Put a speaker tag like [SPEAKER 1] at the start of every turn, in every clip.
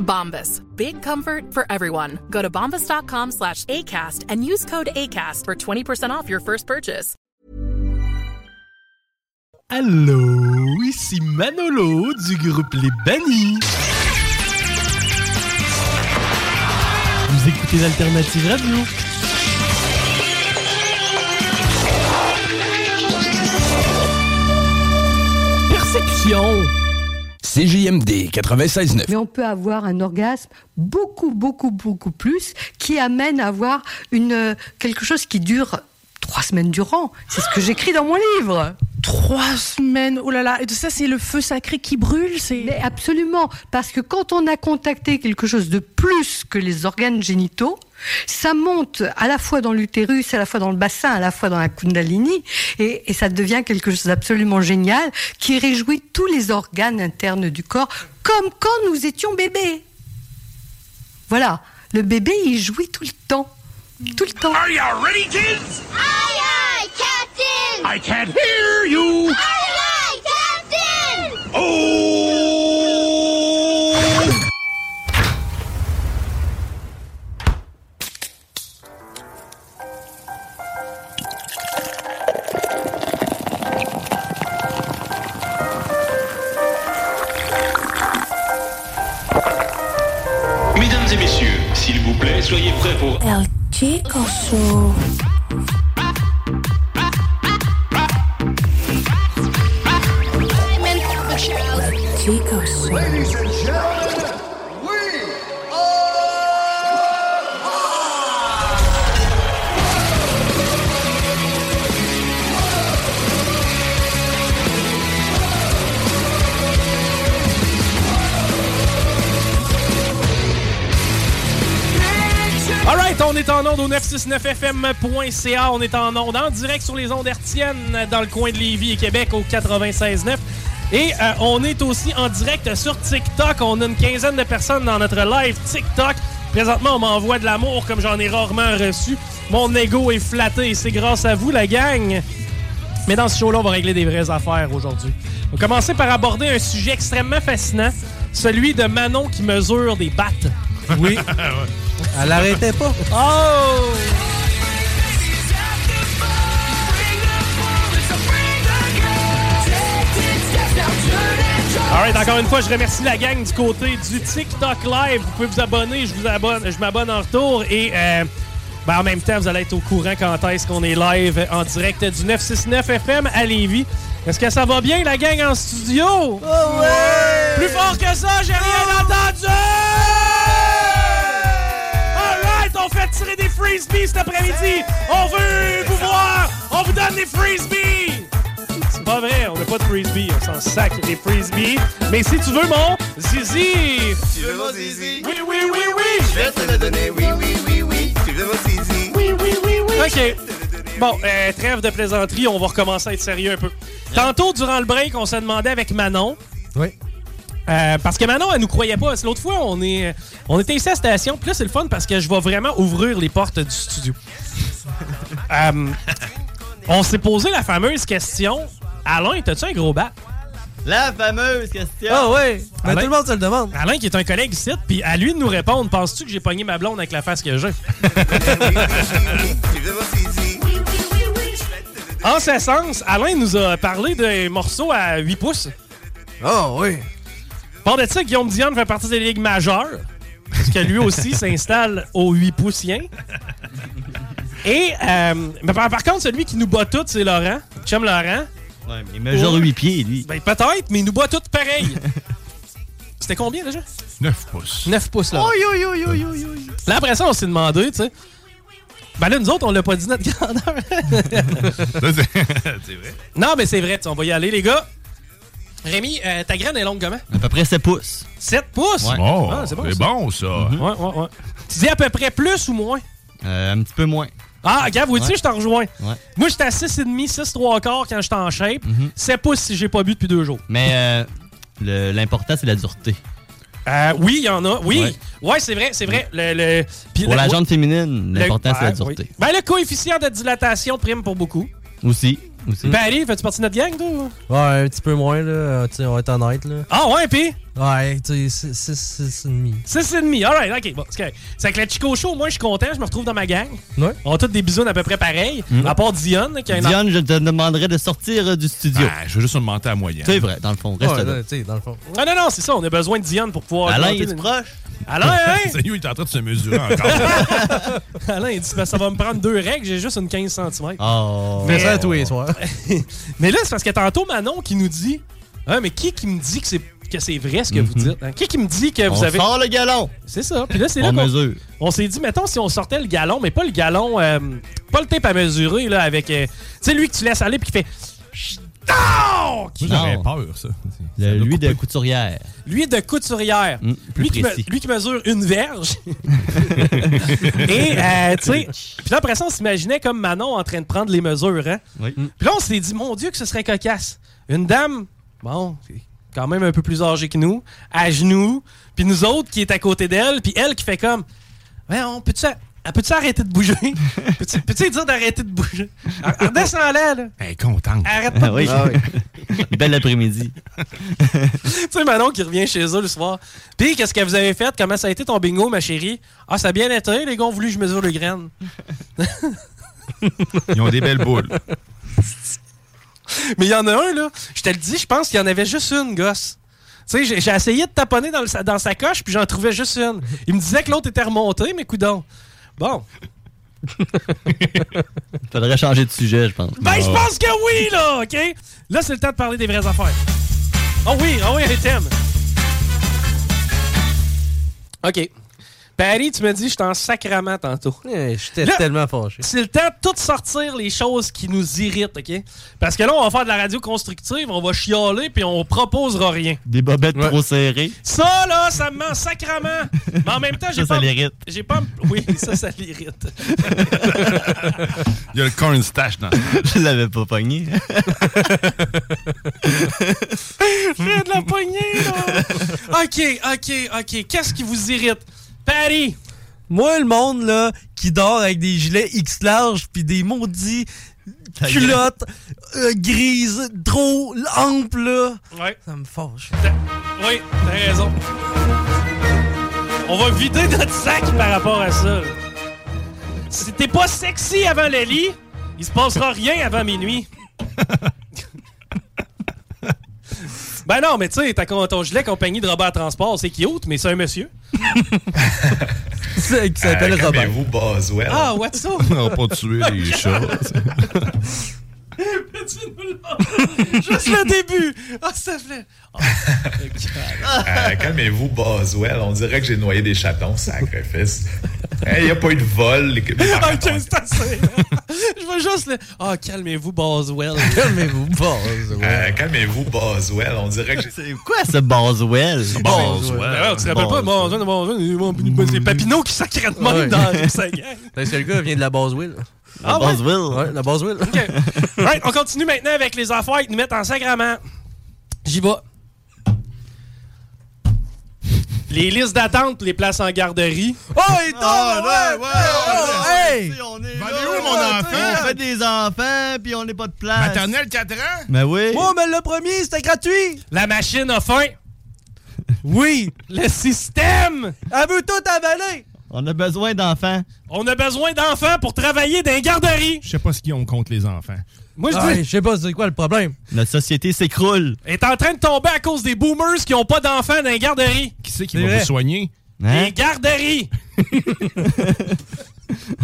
[SPEAKER 1] Bombas. Big comfort for everyone. Go to bombas.com slash ACAST and use code ACAST for 20% off your first purchase.
[SPEAKER 2] Allô, ici Manolo du groupe Les Bannis. Vous écoutez l'Alternative Radio. Perception.
[SPEAKER 3] CJMD 96.9.
[SPEAKER 4] Mais on peut avoir un orgasme beaucoup, beaucoup, beaucoup plus qui amène à avoir une, euh, quelque chose qui dure trois semaines durant. C'est ce que j'écris dans mon livre.
[SPEAKER 5] Trois semaines, oh là là, et ça c'est le feu sacré qui brûle, c'est...
[SPEAKER 4] Mais absolument, parce que quand on a contacté quelque chose de plus que les organes génitaux, ça monte à la fois dans l'utérus, à la fois dans le bassin, à la fois dans la kundalini, et, et ça devient quelque chose d'absolument génial qui réjouit tous les organes internes du corps, comme quand nous étions bébés. Voilà, le bébé, il jouit tout le temps. Tout le temps.
[SPEAKER 6] Aye, aye, Captain! I can't hear you! Aye, aye, Captain! Oh.
[SPEAKER 7] Mesdames et messieurs, s'il vous plaît, soyez prêts pour
[SPEAKER 6] El Chico Show. Chico Show.
[SPEAKER 2] Alright, on est en onde au 969fm.ca. On est en onde en direct sur les ondes hertziennes dans le coin de Lévis et Québec au 96.9. Et euh, on est aussi en direct sur TikTok. On a une quinzaine de personnes dans notre live TikTok. Présentement, on m'envoie de l'amour comme j'en ai rarement reçu. Mon ego est flatté. C'est grâce à vous, la gang. Mais dans ce show-là, on va régler des vraies affaires aujourd'hui. On va commencer par aborder un sujet extrêmement fascinant, celui de Manon qui mesure des battes.
[SPEAKER 8] Oui. Elle l'arrêtait pas.
[SPEAKER 2] Oh! Alright, encore une fois, je remercie la gang du côté du TikTok Live. Vous pouvez vous abonner, je vous abonne, je m'abonne en retour et euh, ben, en même temps, vous allez être au courant quand est-ce qu'on est live en direct du 969 FM à Lévis. Est-ce que ça va bien la gang en studio? Plus fort que ça, j'ai rien entendu! Alright, on fait tirer des frisbees cet après-midi! On veut vous voir! On vous donne des frisbees! C'est pas vrai, on n'a pas de frisbee, on s'en sac des frisbees. Mais si tu veux mon zizi!
[SPEAKER 8] Tu veux mon zizi?
[SPEAKER 2] Oui, oui, oui, oui!
[SPEAKER 8] Je vais te le donner. Oui, oui, oui, oui. Tu veux mon zizi?
[SPEAKER 2] Oui, oui, oui, oui! OK. Bon, euh, trêve de plaisanterie, on va recommencer à être sérieux un peu. Tantôt, durant le break, on se demandait avec Manon,
[SPEAKER 8] Oui.
[SPEAKER 2] Euh, parce que Manon, elle nous croyait pas. C'est L'autre fois, on, est, on était ici à la station. Puis là, c'est le fun parce que je vais vraiment ouvrir les portes du studio. Euh, on s'est posé la fameuse question Alain, t'as-tu un gros bat
[SPEAKER 8] La fameuse question. Ah ouais. Mais
[SPEAKER 2] Ah ben-
[SPEAKER 8] tout le monde se le demande.
[SPEAKER 2] Alain, qui est un collègue ici, puis à lui de nous répondre Penses-tu que j'ai pogné ma blonde avec la face que j'ai
[SPEAKER 8] Tu veux mon zizi?
[SPEAKER 2] En ce sens, Alain nous a parlé des morceaux à 8 pouces.
[SPEAKER 9] Ah,
[SPEAKER 8] Oh oui.
[SPEAKER 2] Par de ça, Guillaume Dion fait partie des ligues majeures. Parce que lui aussi s'installe au 8 poussiens. Et euh, mais par, par contre, celui qui nous bat toutes, c'est Laurent. J'aime Laurent.
[SPEAKER 9] Ouais, mais il mesure
[SPEAKER 2] Ouais.
[SPEAKER 9] 8 pieds, lui.
[SPEAKER 2] Ben, peut-être, mais il nous bat toutes pareil. C'était combien déjà?
[SPEAKER 9] 9 pouces.
[SPEAKER 2] 9 pouces, là.
[SPEAKER 9] Oi, oi, oi, oi, oi, oi.
[SPEAKER 2] Là, après ça, on s'est demandé, tu sais. Ben là, nous autres, on l'a pas dit notre grandeur.
[SPEAKER 10] Ça, c'est c'est vrai.
[SPEAKER 2] non, mais c'est vrai, tu sais, on va y aller, les gars. Rémi, euh, ta graine est longue comment?
[SPEAKER 9] À peu près 7 pouces.
[SPEAKER 2] 7 pouces?
[SPEAKER 9] Ouais. Mhm.
[SPEAKER 10] Oh,
[SPEAKER 2] Ah,
[SPEAKER 10] c'est
[SPEAKER 2] ça.
[SPEAKER 10] bon, ça.
[SPEAKER 2] Ouais, ouais, ouais. Tu dis à peu près plus ou moins?
[SPEAKER 9] Euh, un petit peu moins.
[SPEAKER 2] Ah, regarde, vous
[SPEAKER 9] Ouais.
[SPEAKER 2] je t'en rejoins.
[SPEAKER 9] Ouais. Mhm.
[SPEAKER 2] Moi, j'étais à 6,5, 6, 3 quarts quand j'étais en shape. 7 pouces si j'ai pas bu depuis deux jours.
[SPEAKER 9] Mais euh, le- l'important, c'est la dureté.
[SPEAKER 2] Euh, oui, il y en a. Oui. Ouais, c'est vrai, c'est vrai. Le, le- puis
[SPEAKER 9] Pour
[SPEAKER 2] le-
[SPEAKER 9] la jante féminine,
[SPEAKER 2] le-
[SPEAKER 9] l'important, c'est la
[SPEAKER 2] ouais,
[SPEAKER 9] dureté.
[SPEAKER 2] oui. Ben, le coefficient de dilatation prime pour beaucoup.
[SPEAKER 9] Aussi. aussi.
[SPEAKER 2] Ben, allez, fais-tu partie de notre gang, toi?
[SPEAKER 11] Ouais, un petit peu moins, là. euh, Tu sais, on va être honnête, là.
[SPEAKER 2] Ah, ouais, pis?
[SPEAKER 11] Ouais, tu sais, 6,5.
[SPEAKER 2] 6,5. Alright, ok, bon, c'est correct. C'est que le Chico Show, moi, je suis content, je me retrouve dans ma gang.
[SPEAKER 11] Ouais.
[SPEAKER 2] On a toutes des bisounes à peu près pareilles,
[SPEAKER 9] Mm.
[SPEAKER 2] à part Dionne, qui a un
[SPEAKER 9] Diane, je te demanderais de sortir euh, du studio.
[SPEAKER 10] Ben,
[SPEAKER 2] Ah,
[SPEAKER 9] je veux juste augmenter à moyenne. C'est vrai, dans le fond. Reste
[SPEAKER 11] Ouais,
[SPEAKER 9] là.
[SPEAKER 11] là, tu sais, dans le fond.
[SPEAKER 2] Ah non, non, c'est ça, on a besoin de Dionne pour pouvoir.
[SPEAKER 9] Alain,
[SPEAKER 2] augmenter
[SPEAKER 9] il se
[SPEAKER 2] les-
[SPEAKER 9] proche.
[SPEAKER 2] Alain, hein?
[SPEAKER 10] C'est lui, il est en train de se mesurer encore.
[SPEAKER 2] Alain, il dit, Ben, ça va me prendre deux règles, j'ai juste une 15 cm.
[SPEAKER 9] Oh.
[SPEAKER 11] Fais ça à tous les soirs.
[SPEAKER 2] euh, Mais là, c'est parce que tantôt, Manon qui nous dit Ah, mais qui qui me dit que c'est que c'est vrai ce que vous dites hein? Qui qui me dit que vous
[SPEAKER 9] Mhm. On
[SPEAKER 2] avez.
[SPEAKER 9] sort le galon.
[SPEAKER 2] C'est ça. Puis là, c'est là
[SPEAKER 9] On
[SPEAKER 2] qu'on-
[SPEAKER 9] mesure.
[SPEAKER 2] On s'est dit, mettons, si on sortait le galon, mais pas le galon, euh, pas le tape à mesurer, là, avec. euh, tu sais, lui que tu laisses aller, puis qui fait. Ch'tard!
[SPEAKER 10] Moi, j'avais peur, ça.
[SPEAKER 9] Le- lui de couturière.
[SPEAKER 2] Lui de couturière.
[SPEAKER 9] Mm, plus
[SPEAKER 2] lui, qui me-
[SPEAKER 9] précis.
[SPEAKER 2] lui qui mesure une verge. Et, euh, tu sais. Puis là, après ça, on s'imaginait comme Manon en train de prendre les mesures, hein.
[SPEAKER 9] Oui.
[SPEAKER 2] Puis là, on s'est dit, mon Dieu, que ce serait cocasse. Une dame, bon, quand même un peu plus âgée que nous, à genoux, puis nous autres qui est à côté d'elle, puis elle qui fait comme, ouais, on peut-tu. elle Peux-tu arrêter de bouger? Peux-tu peux-tu lui dire d'arrêter de bouger? En- en descendant, là.
[SPEAKER 9] Elle est contente.
[SPEAKER 2] Arrête pas de
[SPEAKER 9] Ah oui.
[SPEAKER 2] bouger.
[SPEAKER 9] Bel après-midi.
[SPEAKER 2] tu sais, Manon qui revient chez eux le soir. Puis, qu'est-ce que vous avez fait? Comment ça a été ton bingo, ma chérie? Ah, ça a bien été, les gars ont voulu que je mesure le graine.
[SPEAKER 10] Ils ont des belles boules.
[SPEAKER 2] Mais il y en a un, là. Je te le dis, je pense qu'il y en avait juste une, gosse. Tu sais, j'ai- j'ai essayé de taponner dans, le sa- dans sa coche, puis j'en trouvais juste une. Il me disait que l'autre était remonté, mais coudon. Bon.
[SPEAKER 9] Faudrait changer de sujet, je pense.
[SPEAKER 2] Ben,
[SPEAKER 10] Ah.
[SPEAKER 2] je pense que oui, là, OK? Là, c'est le temps de parler des vraies affaires. Oh oui, oh oui, les thèmes. OK. Paris, tu me dis, je suis en sacrament tantôt.
[SPEAKER 11] J'étais
[SPEAKER 2] Là-
[SPEAKER 11] tellement fâché.
[SPEAKER 2] C'est le temps de tout sortir les choses qui nous irritent, OK? Parce que là, on va faire de la radio constructive, on va chialer, puis on proposera rien.
[SPEAKER 9] Des bobettes trop serrées.
[SPEAKER 2] Ça, là, ça me ment sacrament. Mais en même temps, j'ai
[SPEAKER 9] Ça, ça
[SPEAKER 2] pas...
[SPEAKER 9] l'irrite.
[SPEAKER 2] J'ai pas... Oui, ça, ça l'irrite.
[SPEAKER 10] Il y a le corn stash dans ça.
[SPEAKER 9] Je l'avais pas pogné.
[SPEAKER 2] Fais de la poignée, là! OK, OK, OK. Qu'est-ce qui vous irrite? Paris!
[SPEAKER 11] Moi, le monde, là, qui dort avec des gilets X large puis des maudits
[SPEAKER 2] gueule.
[SPEAKER 11] culottes euh, grises trop amples, là.
[SPEAKER 2] Ouais.
[SPEAKER 11] Ça me fâche.
[SPEAKER 2] Oui, t'as raison. On va vider notre sac par rapport à ça. Si t'es pas sexy avant le lit, il se passera rien avant minuit. ben non, mais tu sais, t'as con- ton gilet compagnie de Robert Transport, c'est cute, mais c'est un monsieur.
[SPEAKER 11] C'est qui
[SPEAKER 12] Euh,
[SPEAKER 2] s'appelle Robert.
[SPEAKER 10] vous Boswell.
[SPEAKER 2] Ah, what's up?
[SPEAKER 10] On n'a pas tué les chats.
[SPEAKER 12] Euh,
[SPEAKER 2] Juste le début! Ah, ça fait...
[SPEAKER 10] Ah,
[SPEAKER 12] Euh, Calmez-vous, Boswell. On dirait que j'ai noyé des chatons, sacrifice. Il n'y a pas eu de vol. les-
[SPEAKER 2] ok, c'est assez. Je veux juste le. Ah, calmez-vous, Boswell.
[SPEAKER 11] Calmez-vous, Boswell.
[SPEAKER 12] Euh, Calmez-vous, Boswell. On dirait que j'ai.
[SPEAKER 9] C'est quoi ce Boswell?
[SPEAKER 2] Ah, tu te rappelles pas, mon jeune, mon jeune, mon- mon- c'est Papineau qui sacrait de même
[SPEAKER 11] Ouais.
[SPEAKER 2] dans sa gang.
[SPEAKER 11] Ben, c'est le gars vient de la Boswell.
[SPEAKER 2] Ah ouais?
[SPEAKER 11] Ouais, la Boswell.
[SPEAKER 2] Right, on continue maintenant avec les affaires qui nous mettent en sacrament. J'y vais. Les listes d'attente pour les places en garderie.
[SPEAKER 11] Oh, il tombe!
[SPEAKER 9] Ah ouais, ouais,
[SPEAKER 10] Oh,
[SPEAKER 11] hey!
[SPEAKER 9] On est
[SPEAKER 10] Ben, où, mon enfant?
[SPEAKER 9] On fait des enfants, puis on n'est pas de place.
[SPEAKER 10] Maternelle 4 ans?
[SPEAKER 9] Ben oui.
[SPEAKER 11] hein? Moi, mais le premier, c'était gratuit!
[SPEAKER 2] La machine a faim.
[SPEAKER 11] Oui!
[SPEAKER 2] Le système.
[SPEAKER 11] Elle veut tout avaler!
[SPEAKER 9] On a besoin d'enfants.
[SPEAKER 2] On a besoin d'enfants pour travailler dans les garderies.
[SPEAKER 10] Je sais pas ce qu'ils ont contre les enfants.
[SPEAKER 2] Moi, je
[SPEAKER 9] Ah,
[SPEAKER 2] dis-
[SPEAKER 11] Ouais, je sais pas c'est quoi le problème.
[SPEAKER 9] Notre société s'écroule.
[SPEAKER 2] est en train de tomber à cause des boomers qui n'ont pas d'enfants dans les garderies.
[SPEAKER 10] Qui c'est qui
[SPEAKER 11] C'est
[SPEAKER 10] va
[SPEAKER 11] vrai.
[SPEAKER 10] vous soigner?
[SPEAKER 9] Hein?
[SPEAKER 2] Les garderies!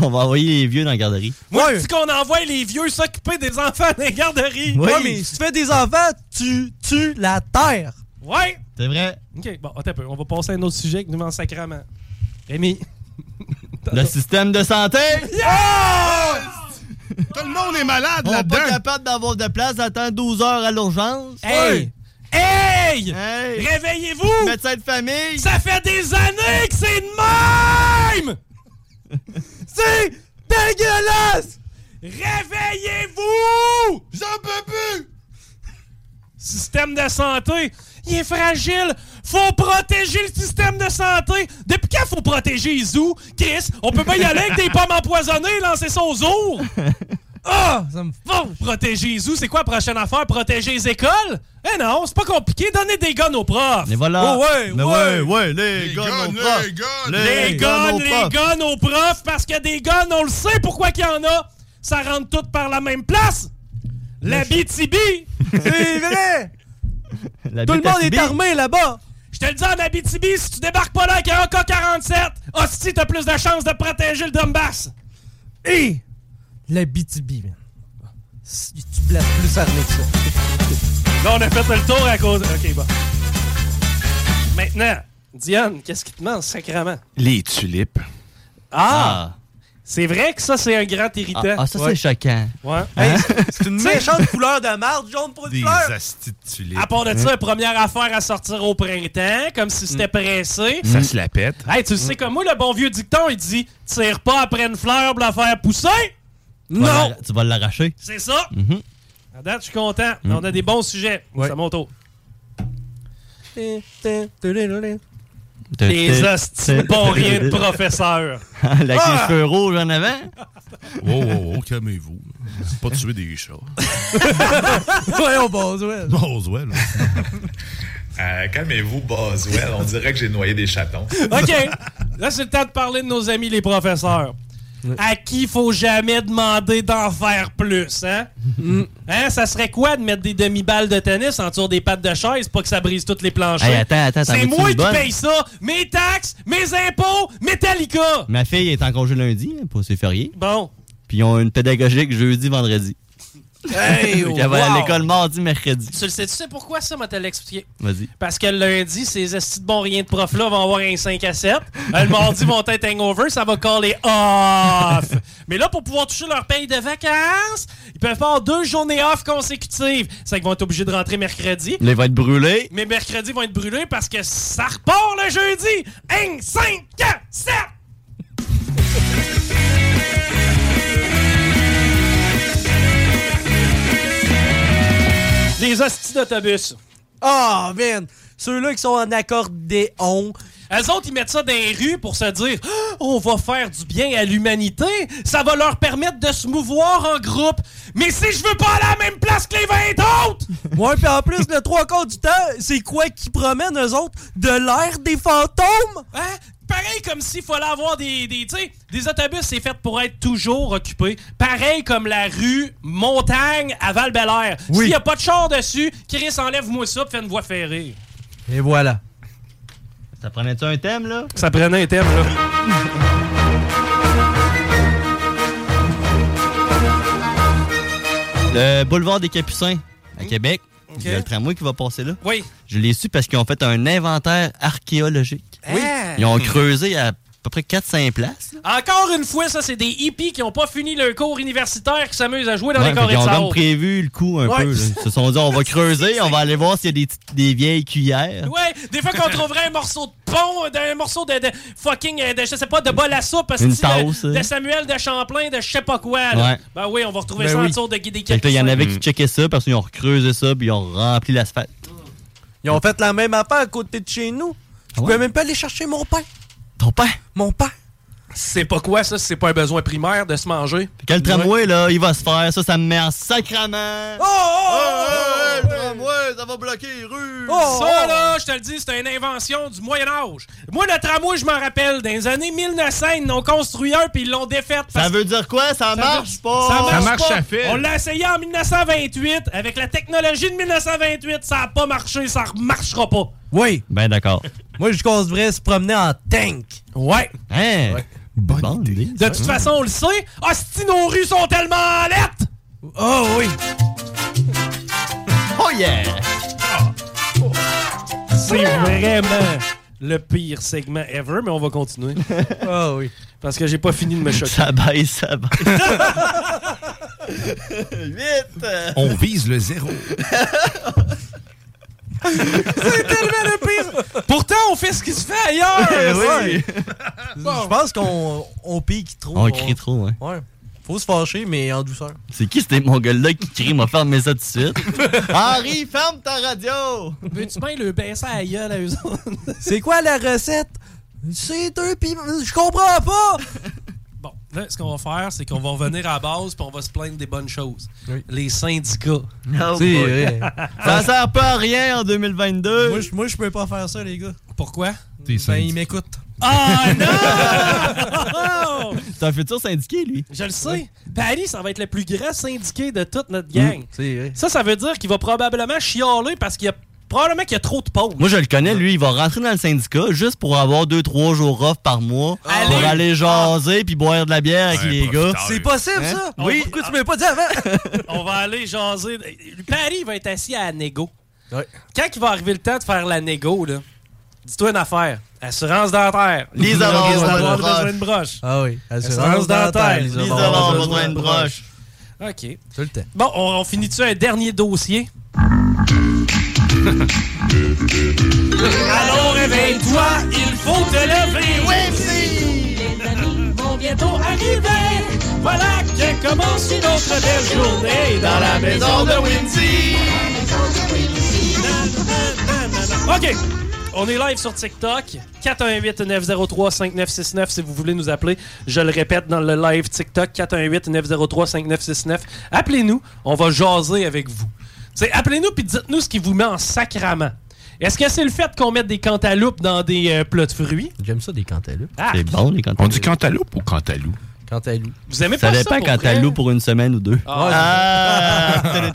[SPEAKER 9] On va envoyer les vieux dans la garderie.
[SPEAKER 2] Moi, je dis qu'on envoie les vieux s'occuper des enfants dans les garderies.
[SPEAKER 9] Oui.
[SPEAKER 11] Ouais, mais si tu fais des enfants, tu tues la terre.
[SPEAKER 2] Ouais!
[SPEAKER 9] C'est vrai.
[SPEAKER 2] OK, bon, attends un peu. On va passer à un autre sujet que nous en sacrament. Rémi.
[SPEAKER 9] Le système de santé.
[SPEAKER 10] Tout le monde est malade
[SPEAKER 9] On n'est
[SPEAKER 10] là-dedans.
[SPEAKER 9] pas capable d'avoir de place, attendre 12 heures à l'urgence.
[SPEAKER 2] Hey! Hey! Réveillez-vous!
[SPEAKER 9] Médecin de famille.
[SPEAKER 2] Ça fait des années que c'est de même!
[SPEAKER 11] C'est dégueulasse!
[SPEAKER 2] Réveillez-vous!
[SPEAKER 10] J'en peux plus!
[SPEAKER 2] Système de santé, il est fragile. Faut protéger le système de santé. Depuis quand faut protéger les zoos? Chris, on peut pas y aller avec des pommes empoisonnées et lancer son zoo! Ah!
[SPEAKER 11] Ça me
[SPEAKER 2] Bon, protéger les zoos, c'est quoi la prochaine affaire? Protéger les écoles? Eh non, c'est pas compliqué. Donnez des guns aux profs.
[SPEAKER 9] Mais voilà.
[SPEAKER 11] Oh, ouais,
[SPEAKER 9] Mais
[SPEAKER 11] ouais.
[SPEAKER 9] ouais, ouais, les, gars,
[SPEAKER 10] guns,
[SPEAKER 9] mon
[SPEAKER 10] les
[SPEAKER 9] prof.
[SPEAKER 10] guns.
[SPEAKER 2] Les
[SPEAKER 9] guns,
[SPEAKER 2] guns,
[SPEAKER 9] mon
[SPEAKER 2] les
[SPEAKER 9] prof.
[SPEAKER 2] guns aux profs, parce que des guns, on le sait pourquoi qu'il y en a. Ça rentre toutes par la même place. La BTB.
[SPEAKER 11] C'est vrai!
[SPEAKER 9] La
[SPEAKER 11] Tout le
[SPEAKER 9] bite à
[SPEAKER 11] monde est
[SPEAKER 9] Tibi.
[SPEAKER 11] armé là-bas!
[SPEAKER 2] Je te le dis en Abitibi, si tu débarques pas là avec un AK-47, hostie, t'as plus de chances de protéger le Dumbass.
[SPEAKER 11] Et la BTB, man. Si Tu places plus armé que ça.
[SPEAKER 2] Là, on a fait le tour à cause... OK, bon. Maintenant, Diane, qu'est-ce qui te manque sacrément?
[SPEAKER 13] Les tulipes.
[SPEAKER 2] Ah! C'est vrai que ça, c'est un grand irritant.
[SPEAKER 9] Ah, ah, ça, c'est choquant.
[SPEAKER 2] Ouais.
[SPEAKER 11] Hey, c'est- c'est une méchante couleur de marde, jaune pour une
[SPEAKER 13] Hein? Des
[SPEAKER 11] fleur!
[SPEAKER 13] astis de tulipes.
[SPEAKER 2] À part de ça, première affaire à sortir au printemps, comme si c'était pressé.
[SPEAKER 13] Ça se la pète.
[SPEAKER 2] Hey, tu le sais comme moi, le bon vieux dicton, il dit « Tire pas après une fleur pour la faire pousser! »
[SPEAKER 9] Tu vas
[SPEAKER 2] Non!
[SPEAKER 9] l'arra- Tu vas l'arracher.
[SPEAKER 2] C'est ça!
[SPEAKER 9] Mhm.
[SPEAKER 2] À date, je suis content. On a des bons sujets. C'est à mon tour. Des hosties de bons rien de professeur. Ah! Oh,
[SPEAKER 9] Avec les cheveux rouges en avant.
[SPEAKER 10] Wow, wow, wow, calmez-vous. C'est pas tuer des chats.
[SPEAKER 11] Ouais, au Boswell!
[SPEAKER 10] Boswell.
[SPEAKER 12] Euh, Calmez-vous, Boswell. On dirait que j'ai noyé des chatons.
[SPEAKER 2] OK. Là, c'est le temps de parler de nos amis les professeurs. À qui faut jamais demander d'en faire plus, hein?
[SPEAKER 9] Mm.
[SPEAKER 2] Hein? Ça serait quoi de mettre des demi-balles de tennis en dessous des pattes de chaise pour que ça brise toutes les planchers?
[SPEAKER 9] Hey, attends, attends, t'en
[SPEAKER 2] c'est
[SPEAKER 9] veux-tu
[SPEAKER 2] moi
[SPEAKER 9] une
[SPEAKER 2] qui
[SPEAKER 9] bonne?
[SPEAKER 2] paye ça! Mes taxes, mes impôts, Metallica!
[SPEAKER 9] Ma fille est en congé lundi, hein, pour ses fériés.
[SPEAKER 2] Bon,
[SPEAKER 9] Puis ils ont une pédagogique jeudi, vendredi.
[SPEAKER 11] Hey,
[SPEAKER 9] Fait qu'elle va à
[SPEAKER 11] wow.
[SPEAKER 9] l'école mardi, mercredi.
[SPEAKER 2] tu le sais, tu sais pourquoi ça, m'a t expliqué?
[SPEAKER 9] Vas-y.
[SPEAKER 2] Parce que le lundi, ces estis de bon rien de prof là vont avoir un 5 à 7. Euh, Le mardi, ils vont être hangover, ça va caller off. Mais là, pour pouvoir toucher leur paye de vacances, ils peuvent faire deux journées off consécutives. C'est qu'ils vont être obligés de rentrer mercredi.
[SPEAKER 9] Là, il va être brûlé.
[SPEAKER 2] Mais mercredi, ils vont être brûlés parce que ça repart le jeudi. Un 5 à 7! Les hosties d'autobus.
[SPEAKER 11] Ah, man! Ceux-là qui sont en accordéon.
[SPEAKER 2] Elles autres, ils mettent ça dans les rues pour se dire Ah, on va faire du bien à l'humanité. Ça va leur permettre de se mouvoir en groupe. Mais si je veux pas aller à la même place que les 20 autres,
[SPEAKER 11] Ouais, puis en plus, le trois quarts du temps, c'est quoi qui promène eux autres? De l'air des fantômes?
[SPEAKER 2] hein? Pareil comme s'il fallait avoir des. des tu sais, des autobus, c'est fait pour être toujours occupé. Pareil comme la rue Montagne à val belair
[SPEAKER 11] Oui.
[SPEAKER 2] S'il y a pas de char dessus, Chris, enlève-moi ça, puis fais une voie ferrée.
[SPEAKER 11] Et voilà.
[SPEAKER 9] Ça prenait-tu un thème, là?
[SPEAKER 2] Ça prenait un thème, là.
[SPEAKER 9] Le boulevard des Capucins, à Québec. Il y a le tramway qui va passer là.
[SPEAKER 2] Mm. Oui.
[SPEAKER 9] Je l'ai su parce qu'ils ont fait un inventaire archéologique.
[SPEAKER 2] Oui.
[SPEAKER 9] Ils ont creusé à peu près 4-5 places. là.
[SPEAKER 2] Encore une fois, ça, c'est des hippies qui ont pas fini leur cours universitaire qui s'amusent à jouer dans
[SPEAKER 9] Ouais,
[SPEAKER 2] les
[SPEAKER 9] fait qu'ils
[SPEAKER 2] corridors.
[SPEAKER 9] ont donc prévu le coup un
[SPEAKER 2] Ouais.
[SPEAKER 9] peu. là. Ils se sont dit, on va creuser, on va aller voir s'il y a des, petites- des vieilles cuillères.
[SPEAKER 2] Ouais, des fois qu'on trouverait un morceau de pont, euh, d'un morceau de, de fucking, euh, de, je sais pas, de bol à soupe, parce que
[SPEAKER 9] Une
[SPEAKER 2] c'est de-
[SPEAKER 9] tasse,
[SPEAKER 2] de,
[SPEAKER 9] hein.
[SPEAKER 2] Samuel de Champlain, de je sais pas quoi. Là.
[SPEAKER 9] Ouais.
[SPEAKER 2] Ben oui, on va retrouver
[SPEAKER 9] Ben
[SPEAKER 2] ça en
[SPEAKER 9] oui.
[SPEAKER 2] dessous de des
[SPEAKER 9] Fait que là, il y en
[SPEAKER 2] Capucins.
[SPEAKER 9] avait qui checkaient ça parce qu'ils ont recreusé ça puis ils ont rempli l'asphalte.
[SPEAKER 11] Ils ont fait la même affaire à côté de chez nous. Je pouvais
[SPEAKER 9] ouais?
[SPEAKER 11] même pas aller chercher mon pain.
[SPEAKER 9] Ton père!
[SPEAKER 11] Mon pain.
[SPEAKER 2] C'est pas quoi ça, c'est pas un besoin primaire de se manger.
[SPEAKER 9] Fait que le tramway, là, il va se faire. Ça, ça me met en sacrament.
[SPEAKER 11] Oh, oh,
[SPEAKER 9] Hey, le tramway, ça va bloquer les rues.
[SPEAKER 11] Oh,
[SPEAKER 2] Ça, là, je te le dis, c'est une invention du Moyen-Âge. Moi, le tramway, je m'en rappelle, dans les années 1900, ils n'ont construit un puis ils l'ont défait.
[SPEAKER 9] Ça veut dire quoi? Ça,
[SPEAKER 2] Ça
[SPEAKER 9] marche
[SPEAKER 2] veut-
[SPEAKER 9] pas.
[SPEAKER 2] Ça marche,
[SPEAKER 10] marche
[SPEAKER 2] pas.
[SPEAKER 10] à fil.
[SPEAKER 2] On l'a essayé en 1928. Avec la technologie de 1928, ça a pas marché, ça marchera pas.
[SPEAKER 11] Oui,
[SPEAKER 9] Ben d'accord.
[SPEAKER 11] moi je pense vrai se promener en tank.
[SPEAKER 2] Ouais.
[SPEAKER 9] Hein?
[SPEAKER 2] Bonne, idée. De toute façon, on le sait, hostie, nos rues sont tellement lettres! Oh oui!
[SPEAKER 9] Oh yeah!
[SPEAKER 2] C'est vraiment le pire segment ever, mais on va continuer. Ah oui. Parce que j'ai pas fini de me choquer.
[SPEAKER 9] Ça baisse, ça baisse.
[SPEAKER 6] Vite!
[SPEAKER 13] On vise le zéro.
[SPEAKER 2] C'est tellement le pire! Pourtant, on fait ce qui se fait ailleurs!
[SPEAKER 11] Ouais. Je pense qu'on on pique trop.
[SPEAKER 9] On crie trop, hein.
[SPEAKER 11] Ouais. Faut se fâcher, mais en douceur.
[SPEAKER 9] C'est qui ces mongols-là qui crient, m'a fermé ça tout de suite?
[SPEAKER 11] Henri, ferme ta radio!
[SPEAKER 2] Veux-tu bien le baisser à la gueule à eux autres?
[SPEAKER 11] C'est quoi la recette? C'est un piment. Je comprends pas!
[SPEAKER 2] Bon, là, ce qu'on va faire, c'est qu'on va revenir à la base puis on va se plaindre des bonnes choses. Les syndicats.
[SPEAKER 9] Oh boy. Ça sert pas à rien en 2022.
[SPEAKER 11] Moi, je- Moi, je peux pas faire ça, les gars.
[SPEAKER 2] Pourquoi?
[SPEAKER 11] Ben, ils m'écoutent.
[SPEAKER 2] Ah non!
[SPEAKER 9] C'est un futur syndiqué, lui.
[SPEAKER 2] Je le sais. Paris, ça va être le plus grand syndiqué de toute
[SPEAKER 9] Mm.
[SPEAKER 2] notre gang.
[SPEAKER 11] C'est vrai.
[SPEAKER 2] Ça, ça veut dire qu'il va probablement chialer parce qu'il y a probablement qu'il y a trop de pauvres.
[SPEAKER 9] Moi, je le connais, lui, il va rentrer dans le syndicat juste pour avoir 2-3 jours off par mois pour aller jaser puis boire de la bière avec les gars.
[SPEAKER 11] C'est possible,
[SPEAKER 9] Hein?
[SPEAKER 11] ça?
[SPEAKER 9] Oui.
[SPEAKER 11] Pourquoi tu m'avais pas dit avant?
[SPEAKER 2] On va aller jaser. Paris va être assis à la négo. Quand il va arriver le temps de faire la négo, là, dis-toi une affaire. Assurance dentaire.
[SPEAKER 9] Les
[SPEAKER 2] Lisa
[SPEAKER 9] avants,
[SPEAKER 2] Lisa
[SPEAKER 9] on va
[SPEAKER 2] Lisa
[SPEAKER 9] avoir
[SPEAKER 2] besoin
[SPEAKER 9] broche.
[SPEAKER 2] de broche.
[SPEAKER 11] Ah oui.
[SPEAKER 2] Assurance dentaire.
[SPEAKER 11] Lisa
[SPEAKER 2] Lisa
[SPEAKER 11] Barbara,
[SPEAKER 2] Barbara,
[SPEAKER 11] besoin
[SPEAKER 2] besoin
[SPEAKER 11] de
[SPEAKER 2] de
[SPEAKER 11] broche.
[SPEAKER 2] OK.
[SPEAKER 11] Tout le temps.
[SPEAKER 2] Bon, on, on finit-tu un dernier dossier? Allons, réveille-toi, il faut te lever. Oui, si! Les amis vont bientôt arriver. Voilà que commence une autre belle journée dans la maison de Windy. OK. On est live sur TikTok. 418-903-5969 si vous voulez nous appeler. Je le répète dans le live TikTok. 418-903-5969. Appelez-nous. On va jaser avec vous. C'est Appelez-nous puis dites-nous ce qui vous met en sacrament. Est-ce que c'est le fait qu'on mette des cantaloupes dans des euh, plats de fruits?
[SPEAKER 11] J'aime ça, des cantaloupes.
[SPEAKER 2] Ah,
[SPEAKER 9] C'est bon, les
[SPEAKER 13] On
[SPEAKER 9] cantaloupes.
[SPEAKER 13] dit cantaloupe ou cantalou?
[SPEAKER 11] Cantaloupe.
[SPEAKER 2] vous aimez
[SPEAKER 9] Ça
[SPEAKER 2] pas ça
[SPEAKER 9] dépend
[SPEAKER 2] pour
[SPEAKER 9] quand
[SPEAKER 2] vrai?
[SPEAKER 9] t'as loup pour une semaine ou deux.
[SPEAKER 2] Ah!
[SPEAKER 9] Ah! T'as le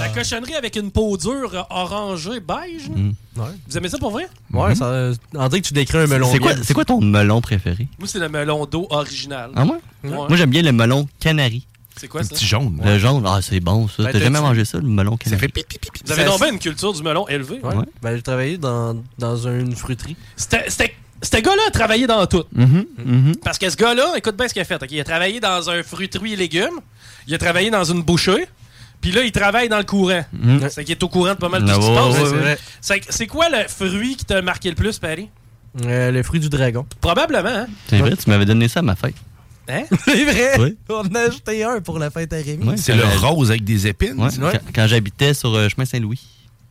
[SPEAKER 2] La cochonnerie avec une peau dure euh, orangée beige. là.
[SPEAKER 9] Mm.
[SPEAKER 2] Vous aimez ça pour vrai?
[SPEAKER 11] Ouais, ça, euh, on dirait que tu décris un melon.
[SPEAKER 9] C'est quoi,
[SPEAKER 11] bien.
[SPEAKER 9] c'est quoi ton melon préféré?
[SPEAKER 2] Moi, c'est le melon d'eau original.
[SPEAKER 9] Ah, moi?
[SPEAKER 2] Ouais.
[SPEAKER 9] Moi, j'aime bien le melon canari.
[SPEAKER 2] C'est quoi ça?
[SPEAKER 9] jaune. Le jaune, ah, c'est bon, ça.
[SPEAKER 11] Ben,
[SPEAKER 9] T'as
[SPEAKER 11] t'as
[SPEAKER 9] jamais
[SPEAKER 11] dit-
[SPEAKER 9] mangé ça, le melon canari?
[SPEAKER 2] Vous avez donc bien une culture du melon élevée.
[SPEAKER 11] Ben, Ouais. Ben, j'ai travaillé dans, dans une fruiterie.
[SPEAKER 2] C'était- c'était- Ce gars-là a travaillé dans tout.
[SPEAKER 9] Mm-hmm.
[SPEAKER 2] Parce que ce gars-là, écoute bien ce qu'il a fait. ok? Il a travaillé dans un fruiterie et légumes. Il a travaillé dans une boucherie. Puis là, il travaille dans le courant.
[SPEAKER 9] Mhm.
[SPEAKER 2] C'est qu'il est au courant de pas mal de
[SPEAKER 9] Ah,
[SPEAKER 2] tout ce qui se
[SPEAKER 9] ouais,
[SPEAKER 2] passe.
[SPEAKER 9] ouais, ouais, ouais.
[SPEAKER 2] C'est que- C'est quoi le fruit qui t'a marqué le plus, Paris?
[SPEAKER 11] Euh, le fruit du dragon.
[SPEAKER 2] Probablement, hein?
[SPEAKER 9] C'est vrai, tu m'avais donné ça à ma fête.
[SPEAKER 2] Hein?
[SPEAKER 11] C'est vrai.
[SPEAKER 9] Oui.
[SPEAKER 11] On en a acheté un pour la fête à Rémi.
[SPEAKER 9] Ouais,
[SPEAKER 13] C'est
[SPEAKER 9] quand
[SPEAKER 13] le
[SPEAKER 9] j'avais-
[SPEAKER 13] rose avec des épines.
[SPEAKER 9] Ouais,
[SPEAKER 13] ça?
[SPEAKER 9] quand- Quand j'habitais sur euh, chemin Saint-Louis.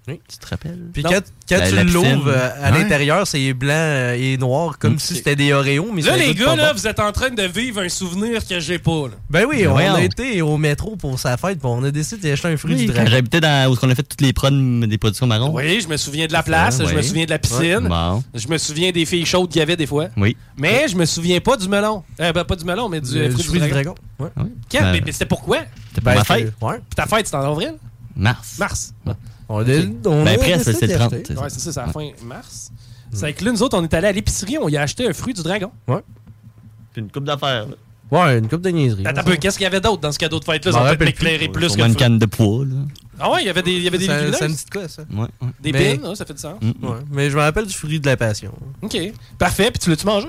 [SPEAKER 11] Oui.
[SPEAKER 9] Tu te rappelles?
[SPEAKER 11] Puis
[SPEAKER 9] Non.
[SPEAKER 11] quand, quand
[SPEAKER 9] La- la
[SPEAKER 11] tu
[SPEAKER 9] piscine.
[SPEAKER 11] l'ouvres euh, à
[SPEAKER 9] Ouais.
[SPEAKER 11] l'intérieur, c'est blanc euh, et noir, comme si c'était des Oreos. Mais
[SPEAKER 2] Là,
[SPEAKER 11] ça
[SPEAKER 2] les
[SPEAKER 11] goûte
[SPEAKER 2] gars,
[SPEAKER 11] pas
[SPEAKER 2] là,
[SPEAKER 11] bon.
[SPEAKER 2] vous êtes en train de vivre un souvenir que j'ai pas. là.
[SPEAKER 11] Ben oui,
[SPEAKER 9] Mais
[SPEAKER 11] on
[SPEAKER 9] voyons.
[SPEAKER 11] a été au métro pour sa fête, puis on a décidé d'acheter un fruit
[SPEAKER 9] Oui,
[SPEAKER 11] du
[SPEAKER 9] quand
[SPEAKER 11] dragon.
[SPEAKER 9] j'habitais dans où on a fait toutes les prods des productions marron.
[SPEAKER 2] Oui, je me souviens de la place,
[SPEAKER 9] Ah,
[SPEAKER 2] je me
[SPEAKER 9] Oh. oui.
[SPEAKER 2] souviens de la piscine,
[SPEAKER 9] Bon.
[SPEAKER 2] je me souviens des filles chaudes qu'il y avait des fois.
[SPEAKER 9] Oui.
[SPEAKER 2] Mais je me souviens pas du melon. Euh, ben, pas du melon, mais du euh,
[SPEAKER 11] Le
[SPEAKER 2] fruit, du dragon.
[SPEAKER 11] Ouais.
[SPEAKER 2] Quel-
[SPEAKER 9] Ben,
[SPEAKER 2] mais, mais c'était pourquoi? Ben,
[SPEAKER 9] C'était pour ma fête.
[SPEAKER 11] c'est- ouais.
[SPEAKER 2] Puis ta fête, c'était en avril?
[SPEAKER 9] Mars.
[SPEAKER 2] Mars.
[SPEAKER 11] On a, on
[SPEAKER 9] Ben,
[SPEAKER 11] a
[SPEAKER 9] presque,
[SPEAKER 11] décidé
[SPEAKER 9] c'est le 30.
[SPEAKER 11] d'acheter.
[SPEAKER 9] c'est ça.
[SPEAKER 2] Ouais, c'est ça, c'est la fin mars. C'est que là, nous autres, on est allés à l'épicerie, on y a acheté un fruit du dragon.
[SPEAKER 9] C'est une coupe d'affaires. là.
[SPEAKER 11] Ouais, une coupe de niaiseries.
[SPEAKER 2] Attends un peu, qu'est-ce qu'il y avait d'autre dans ce cadeau de fête-là?
[SPEAKER 11] Je m'en
[SPEAKER 2] Ça va peut
[SPEAKER 11] rappelle
[SPEAKER 2] m'éclairer
[SPEAKER 9] Ouais,
[SPEAKER 2] plus que
[SPEAKER 9] sûrement
[SPEAKER 2] le
[SPEAKER 9] une
[SPEAKER 2] fruit.
[SPEAKER 9] canne de poids, là.
[SPEAKER 2] Ah ouais, il y avait des, il y avait des
[SPEAKER 11] Ça,
[SPEAKER 2] légumineuses?
[SPEAKER 11] ça me dit de quoi, ça? Ben,
[SPEAKER 9] Ouais, ouais.
[SPEAKER 2] Des
[SPEAKER 11] Mais-
[SPEAKER 2] pins, ouais, ça fait du sens.
[SPEAKER 9] Mm.
[SPEAKER 11] Ouais. Mais je me rappelle du fruit de la passion.
[SPEAKER 2] OK. Parfait, puis tu l'as-tu mangé?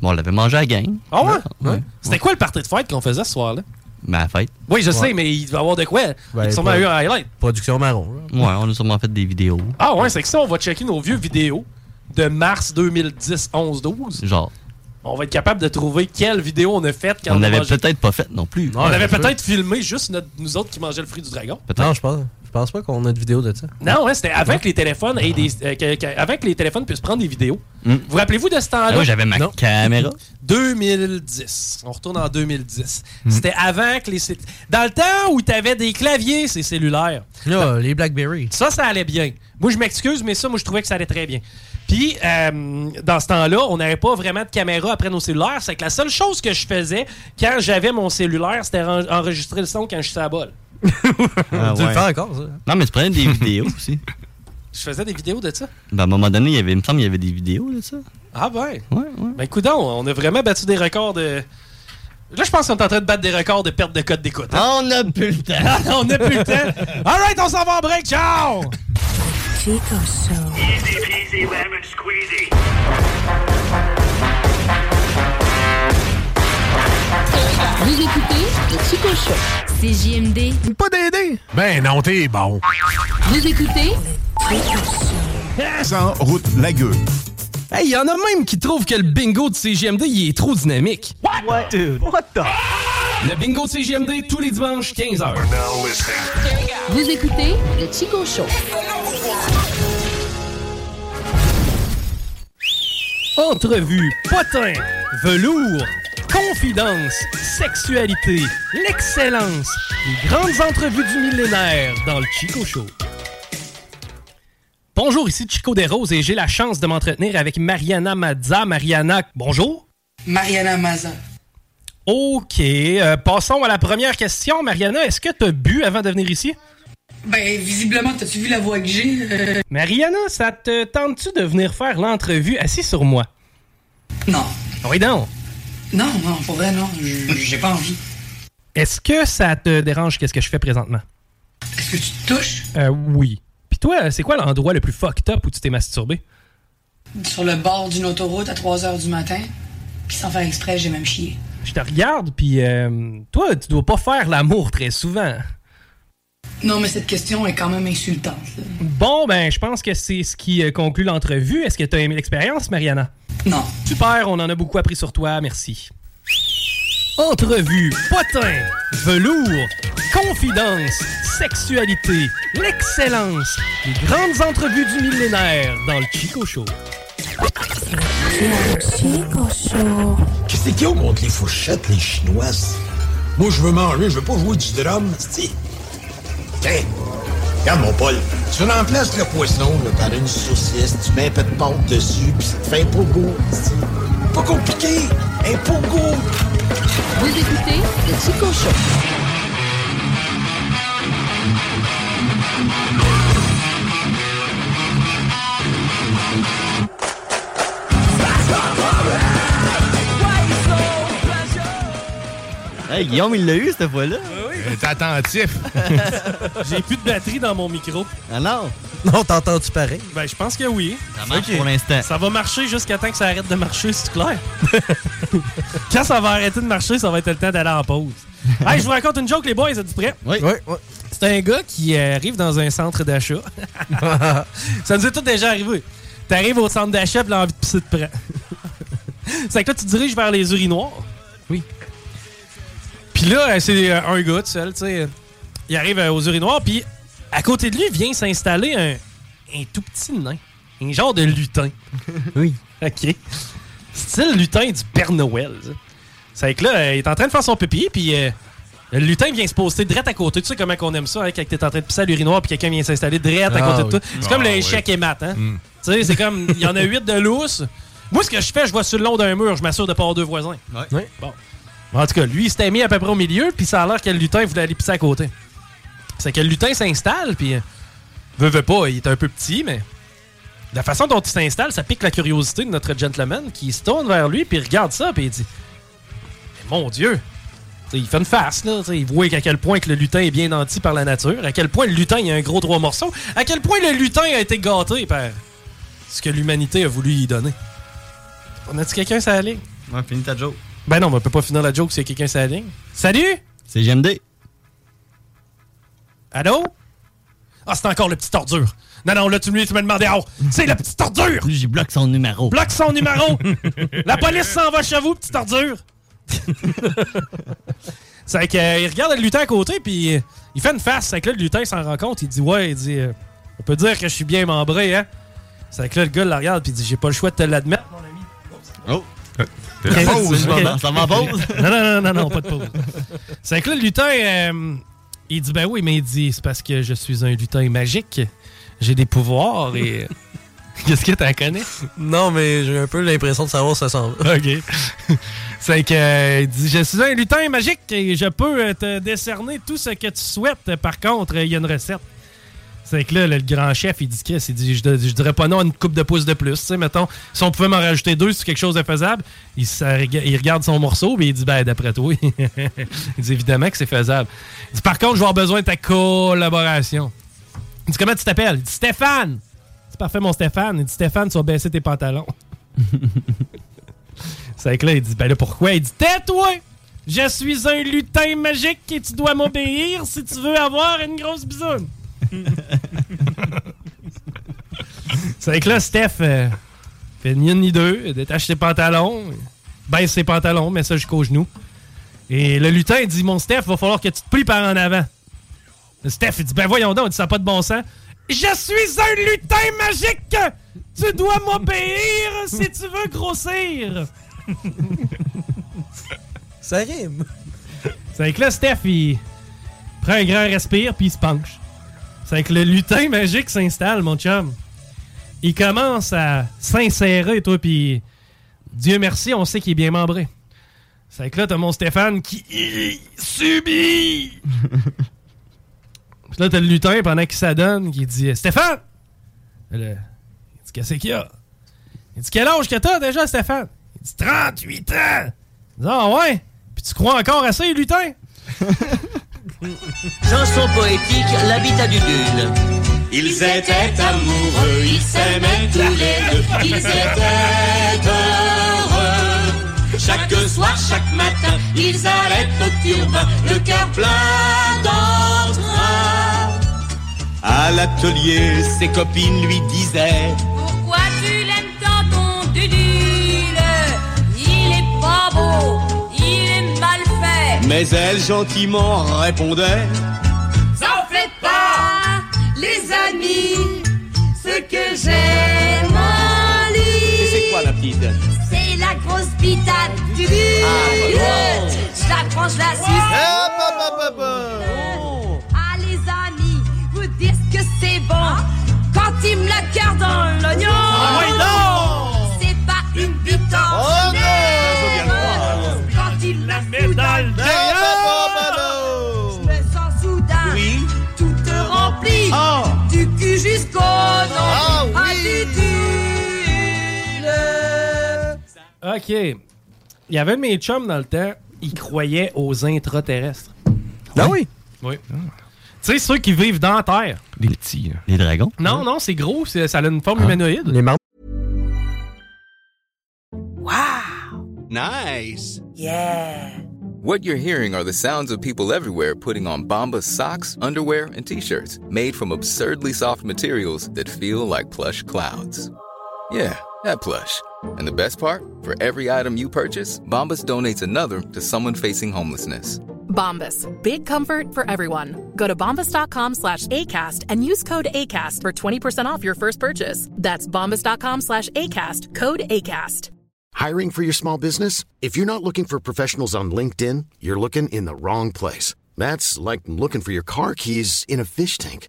[SPEAKER 9] Bon, on l'avait mangé à la gang.
[SPEAKER 2] Ah ouais?
[SPEAKER 9] Ouais.
[SPEAKER 2] C'était quoi le party de fête qu'on faisait ce soir-là?
[SPEAKER 9] Ma fête.
[SPEAKER 2] Oui, je sais, mais il devait avoir de quoi.
[SPEAKER 11] Ben,
[SPEAKER 2] il a sûrement
[SPEAKER 11] pas-
[SPEAKER 2] eu un highlight.
[SPEAKER 11] Production marron. là.
[SPEAKER 9] Ouais, on a sûrement fait des vidéos.
[SPEAKER 2] Ah ouais, c'est que ça, on va checker nos vieux vidéos de mars 2010, 11, 12.
[SPEAKER 9] Genre,
[SPEAKER 2] On va être capable de trouver quelle vidéo on a faite quand
[SPEAKER 9] on
[SPEAKER 2] on, a
[SPEAKER 9] n'avait
[SPEAKER 2] mangé-
[SPEAKER 9] peut-être pas fait non plus.
[SPEAKER 2] On
[SPEAKER 11] Ouais,
[SPEAKER 2] avait
[SPEAKER 11] c'est sûr.
[SPEAKER 2] peut-être filmé juste notre- nous autres qui mangeaient le fruit du dragon.
[SPEAKER 9] Peut-être.
[SPEAKER 11] Non, je pense, je pense pas qu'on a de vidéo de ça.
[SPEAKER 2] Non, hein, c'était avant que les téléphones aient des, euh, que- que- avant que les téléphones puissent prendre des vidéos.
[SPEAKER 9] Mm.
[SPEAKER 2] Vous rappelez-vous de ce
[SPEAKER 9] Ah
[SPEAKER 2] temps-là?
[SPEAKER 9] oui, j'avais ma
[SPEAKER 11] Non.
[SPEAKER 9] caméra.
[SPEAKER 2] 2010. On retourne en 2010.
[SPEAKER 9] Mm.
[SPEAKER 2] C'était avant que les. cé- Dans le temps où tu avais des claviers, ces cellulaires.
[SPEAKER 11] Là, les Blackberry.
[SPEAKER 2] Ça, ça allait bien. Moi, je m'excuse, mais ça, moi, je trouvais que ça allait très bien. Puis, euh, dans ce temps-là, on n'avait pas vraiment de caméra après nos cellulaires. C'est que la seule chose que je faisais quand j'avais mon cellulaire, c'était en- enregistrer le son quand je suis à la balle.
[SPEAKER 9] Ah
[SPEAKER 11] tu le
[SPEAKER 9] ouais.
[SPEAKER 11] fais encore, ça?
[SPEAKER 9] Non, mais tu prenais des vidéos aussi.
[SPEAKER 2] Je faisais des vidéos de ça.
[SPEAKER 9] Ben, à un moment donné, il, y avait, il me semble qu'il y avait des vidéos de ça.
[SPEAKER 2] Ah ouais? Ouais, ouais. Ben coudon, on a vraiment battu des records de. Là, je pense qu'on est en train de battre des records de perte de code d'écoute. hein.
[SPEAKER 9] On n'a plus le temps.
[SPEAKER 2] on n'a plus le temps. Ah, All right, on s'en va en break. Ciao!
[SPEAKER 6] Chico Show. Easy
[SPEAKER 7] peasy lemon squeezy.
[SPEAKER 6] Vous écoutez le Chico Show. C'est JMD.
[SPEAKER 13] Pas d'aider. Ben non, t'es bon.
[SPEAKER 6] Vous écoutez
[SPEAKER 13] Hein? Sans route la gueule.
[SPEAKER 11] Hey, y en a même qui trouvent que le bingo de CGMD, il est trop dynamique. What? Dude. What the? Le bingo de CGMD, tous les dimanches, 15h.
[SPEAKER 6] Vous écoutez le Chico Show.
[SPEAKER 2] Entrevue, potin, velours, confidence, sexualité, l'excellence, les grandes entrevues du millénaire dans le Chico Show. Bonjour, ici Chico des Roses et j'ai la chance de m'entretenir avec Mariana Mazza. Mariana, bonjour.
[SPEAKER 14] Mariana Maza.
[SPEAKER 2] OK, euh, passons à la première question. Mariana, est-ce que tu as bu avant de venir ici?
[SPEAKER 14] Ben, visiblement, t'as-tu vu la voix que j'ai? Euh,
[SPEAKER 2] Mariana, ça te tente-tu de venir faire l'entrevue assis sur moi?
[SPEAKER 14] Non.
[SPEAKER 2] Oui, donc.
[SPEAKER 14] Non, non, pour vrai, non. Je- J'ai pas envie.
[SPEAKER 2] Est-ce que ça te dérange qu'est-ce que je fais présentement?
[SPEAKER 14] Est-ce que tu te touches
[SPEAKER 2] Euh, oui. Puis toi, c'est quoi l'endroit le plus fucked up où tu t'es masturbé?
[SPEAKER 14] sur le bord d'une autoroute à 3 h du matin? Puis sans faire exprès, j'ai même chié.
[SPEAKER 2] Je te regarde, puis euh, toi, tu dois pas faire l'amour très souvent.
[SPEAKER 14] Non, mais cette question est quand même insultante. là.
[SPEAKER 2] Bon, ben, je pense que c'est ce qui euh, conclut l'entrevue. Est-ce que tu as aimé l'expérience, Mariana?
[SPEAKER 14] Non.
[SPEAKER 2] Super, on en a beaucoup appris sur toi, merci. Entrevue, potin, velours, confidence, sexualité, l'excellence, les grandes entrevues du millénaire dans le Chico Show.
[SPEAKER 6] Chico Show.
[SPEAKER 15] Qu'est-ce qu'il y a contre les fourchettes, les chinoises? Moi, je veux manger, je veux pas jouer du drum, si. Tiens, regarde mon Paul. Tu remplaces le poisson là, par une saucisse, tu mets un peu de pâte dessus, puis tu te fais un pogo, c'ti. Pas compliqué, un pogo.
[SPEAKER 6] Vous écoutez le Chico Show.
[SPEAKER 9] Hey, Guillaume, il l'a eu cette fois-là.
[SPEAKER 13] Euh, T'es attentif.
[SPEAKER 2] J'ai plus de batterie dans mon micro.
[SPEAKER 9] Ah non?
[SPEAKER 11] Non, t'entends-tu pareil?
[SPEAKER 2] Ben, je pense que oui.
[SPEAKER 9] Ça marche pour l'instant.
[SPEAKER 2] Ça va marcher jusqu'à temps que ça arrête de marcher, c'est clair. Quand ça va arrêter de marcher, ça va être le temps d'aller en pause. hey, je vous raconte une joke, les boys, êtes-vous prêts?
[SPEAKER 9] Oui.
[SPEAKER 2] C'est un gars qui euh, arrive dans un centre d'achat. ça nous est tout déjà arrivé. T'arrives au centre d'achat, pis l'envie de pisser te prend. c'est que là, tu te diriges vers les urinoirs. Oui. Puis là, euh, c'est euh, un gars tout seul, tu sais. Il arrive euh, aux urinoirs, puis à côté de lui vient s'installer un, un tout petit nain. Un genre de lutin.
[SPEAKER 9] Oui.
[SPEAKER 2] OK. Style lutin du Père Noël. ça. C'est que là, euh, il est en train de faire son pipi, puis euh, le lutin vient se poster direct à côté. Tu sais comment qu'on aime ça, hein, quand t'es en train de pisser à l'urinoir, puis quelqu'un vient s'installer direct à
[SPEAKER 11] Ah
[SPEAKER 2] côté de
[SPEAKER 11] oui.
[SPEAKER 2] toi. C'est comme
[SPEAKER 11] Ah
[SPEAKER 2] le
[SPEAKER 11] oui. Mm.
[SPEAKER 2] échec et mat, hein? Tu sais, c'est comme, il y en a huit de lousse. Moi, ce que je fais, je vais sur le long d'un mur, je m'assure de pas avoir deux voisins.
[SPEAKER 11] Ouais.
[SPEAKER 2] Bon. En tout cas, lui, il s'était mis à peu près au milieu, puis ça a l'air que le lutin voulait aller pisser à côté. C'est que le lutin s'installe, puis euh, veut, veut pas, il est un peu petit, mais la façon dont il s'installe, ça pique la curiosité de notre gentleman qui se tourne vers lui, puis il regarde ça, puis il dit Mais mon Dieu Tu sais, Il fait une face, là. tu sais, Il voit à quel point que le lutin est bien nanti par la nature, à quel point le lutin il a un gros trois morceaux, à quel point le lutin a été gâté par ce que l'humanité a voulu y donner. On a-tu quelqu'un, ça allait
[SPEAKER 9] Ouais, finis ta joke.
[SPEAKER 2] ben non, mais on peut pas finir la joke s'il y a quelqu'un sur la ligne. Salut!
[SPEAKER 9] C'est GMD.
[SPEAKER 2] Allô? Ah, c'est encore le petit ordure. Non, non, là, tu me, tu me demandais, oh, c'est le petit ordure!
[SPEAKER 9] Lui, j'y bloque son numéro.
[SPEAKER 2] Bloque son numéro! la police s'en va chez vous, petit ordure! c'est que, euh, il regarde le lutin à côté, puis euh, il fait une face. C'est que là, le lutin s'en rend compte, il dit, ouais, il dit, euh, on peut dire que je suis bien membré, hein? C'est que là, le gars la regarde, puis il dit, j'ai pas le choix de te l'admettre.
[SPEAKER 9] Oh.
[SPEAKER 2] Ok,
[SPEAKER 9] pause.
[SPEAKER 2] ok.
[SPEAKER 9] Ça m'en pause.
[SPEAKER 2] Non, non, non, non, non, pas de pause. C'est que là, le lutin, euh, il dit Ben oui, mais il dit C'est parce que je suis un lutin magique. J'ai des pouvoirs et. Qu'est-ce que t'en connais
[SPEAKER 11] Non, mais j'ai un peu l'impression de savoir où ça s'en va.
[SPEAKER 2] OK. C'est que, euh, il dit Je suis un lutin magique et je peux euh, te décerner tout ce que tu souhaites. Par contre, il y a une recette. C'est que là, le, le grand chef, il dit Chris, il dit je, je dirais pas non à une coupe de pouces de plus. Tu sais, mettons, si on pouvait m'en rajouter deux, c'est quelque chose de faisable. Il, ça- il regarde son morceau, puis il dit ben, d'après toi, il dit évidemment que c'est faisable. Il dit par contre, je vais avoir besoin de ta collaboration. Il dit comment tu t'appelles Il dit Stéphane. C'est parfait, mon Stéphane. Il dit Stéphane, tu vas baisser tes pantalons. c'est que là, il dit ben là, pourquoi Il dit tais-toi Je suis un lutin magique et tu dois m'obéir si tu veux avoir une grosse bisoune. C'est vrai que là, Steph euh, fait ni une ni deux, il détache ses pantalons, il baisse ses pantalons, met ça jusqu'aux genoux. Et le lutin dit Mon Steph, va falloir que tu te plies par en avant. Le Steph, il dit Ben voyons donc, il dit, ça n'a pas de bon sens. Je suis un lutin magique Tu dois m'obéir si tu veux grossir Ça rime C'est vrai que là, Steph, il prend un grand respire puis il se penche. C'est vrai que le lutin magique s'installe, mon chum il commence à s'insérer, toi, puis Dieu merci, on sait qu'il est bien membré. C'est que là, t'as mon Stéphane qui il subit. Puis là, t'as le lutin pendant qu'il s'adonne, qui dit Stéphane Le- Il dit Qu'est-ce qu'il y a Il dit Quel âge que t'as déjà, Stéphane Il dit 38 ans Il dit Ah ouais Puis tu crois encore à ça, les lutins
[SPEAKER 16] Chanson poétique, l'habitat du dune. Ils étaient amoureux, ils s'aimaient tous les deux, ils étaient heureux. Chaque soir, chaque matin, ils allaient au turbin, le cœur plein d'entrain.
[SPEAKER 7] À l'atelier, ses copines lui disaient
[SPEAKER 17] Pourquoi tu l'aimes tant ton Dudule Il est pas beau, il est mal fait.
[SPEAKER 7] Mais elle gentiment répondait
[SPEAKER 17] T'en fais pas, les amis, ce que j'aime en lui.
[SPEAKER 7] C'est quoi la petite
[SPEAKER 17] C'est la grosse pitate du
[SPEAKER 7] Ah, Eh, bon.
[SPEAKER 17] Je la prends, je la suce.
[SPEAKER 7] bah,
[SPEAKER 17] Ah, les amis, vous dites que c'est bon quand il me la cœur dans l'oignon.
[SPEAKER 7] Ah, oui, non.
[SPEAKER 17] C'est pas une bite en
[SPEAKER 7] Oh, non.
[SPEAKER 17] lèvres.
[SPEAKER 7] Je viens de
[SPEAKER 17] Quand il la fout dans le derrière. Je me sens soudain toute remplie du cul jusqu'au nom.
[SPEAKER 7] Ah, oui.
[SPEAKER 2] OK. Il y avait un de mes chums dans le temps, il croyait aux intraterrestres.
[SPEAKER 9] Ah oui?
[SPEAKER 2] Oui. Tu sais, ceux qui vivent dans la Terre.
[SPEAKER 9] Les petits. Les dragons.
[SPEAKER 2] Non, non, c'est gros, c'est- ça a une forme humanoïde.
[SPEAKER 9] Ah. Les marmottes.
[SPEAKER 18] Nice.
[SPEAKER 19] Yeah.
[SPEAKER 18] What you're hearing are the sounds of people everywhere putting on Bombas socks, underwear, and t-shirts made from absurdly soft materials that feel like plush clouds. Yeah, that plush. And the best part? For every item you purchase, Bombas donates another to someone facing homelessness.
[SPEAKER 1] Bombas. Big comfort for everyone. Go to bombas.com slash ACAST and use code ACAST for 20% off your first purchase. That's bombas.com slash ACAST, code ACAST.
[SPEAKER 20] Hiring for your small business? If you're not looking for professionals on LinkedIn, you're looking in the wrong place. That's like looking for your car keys in a fish tank.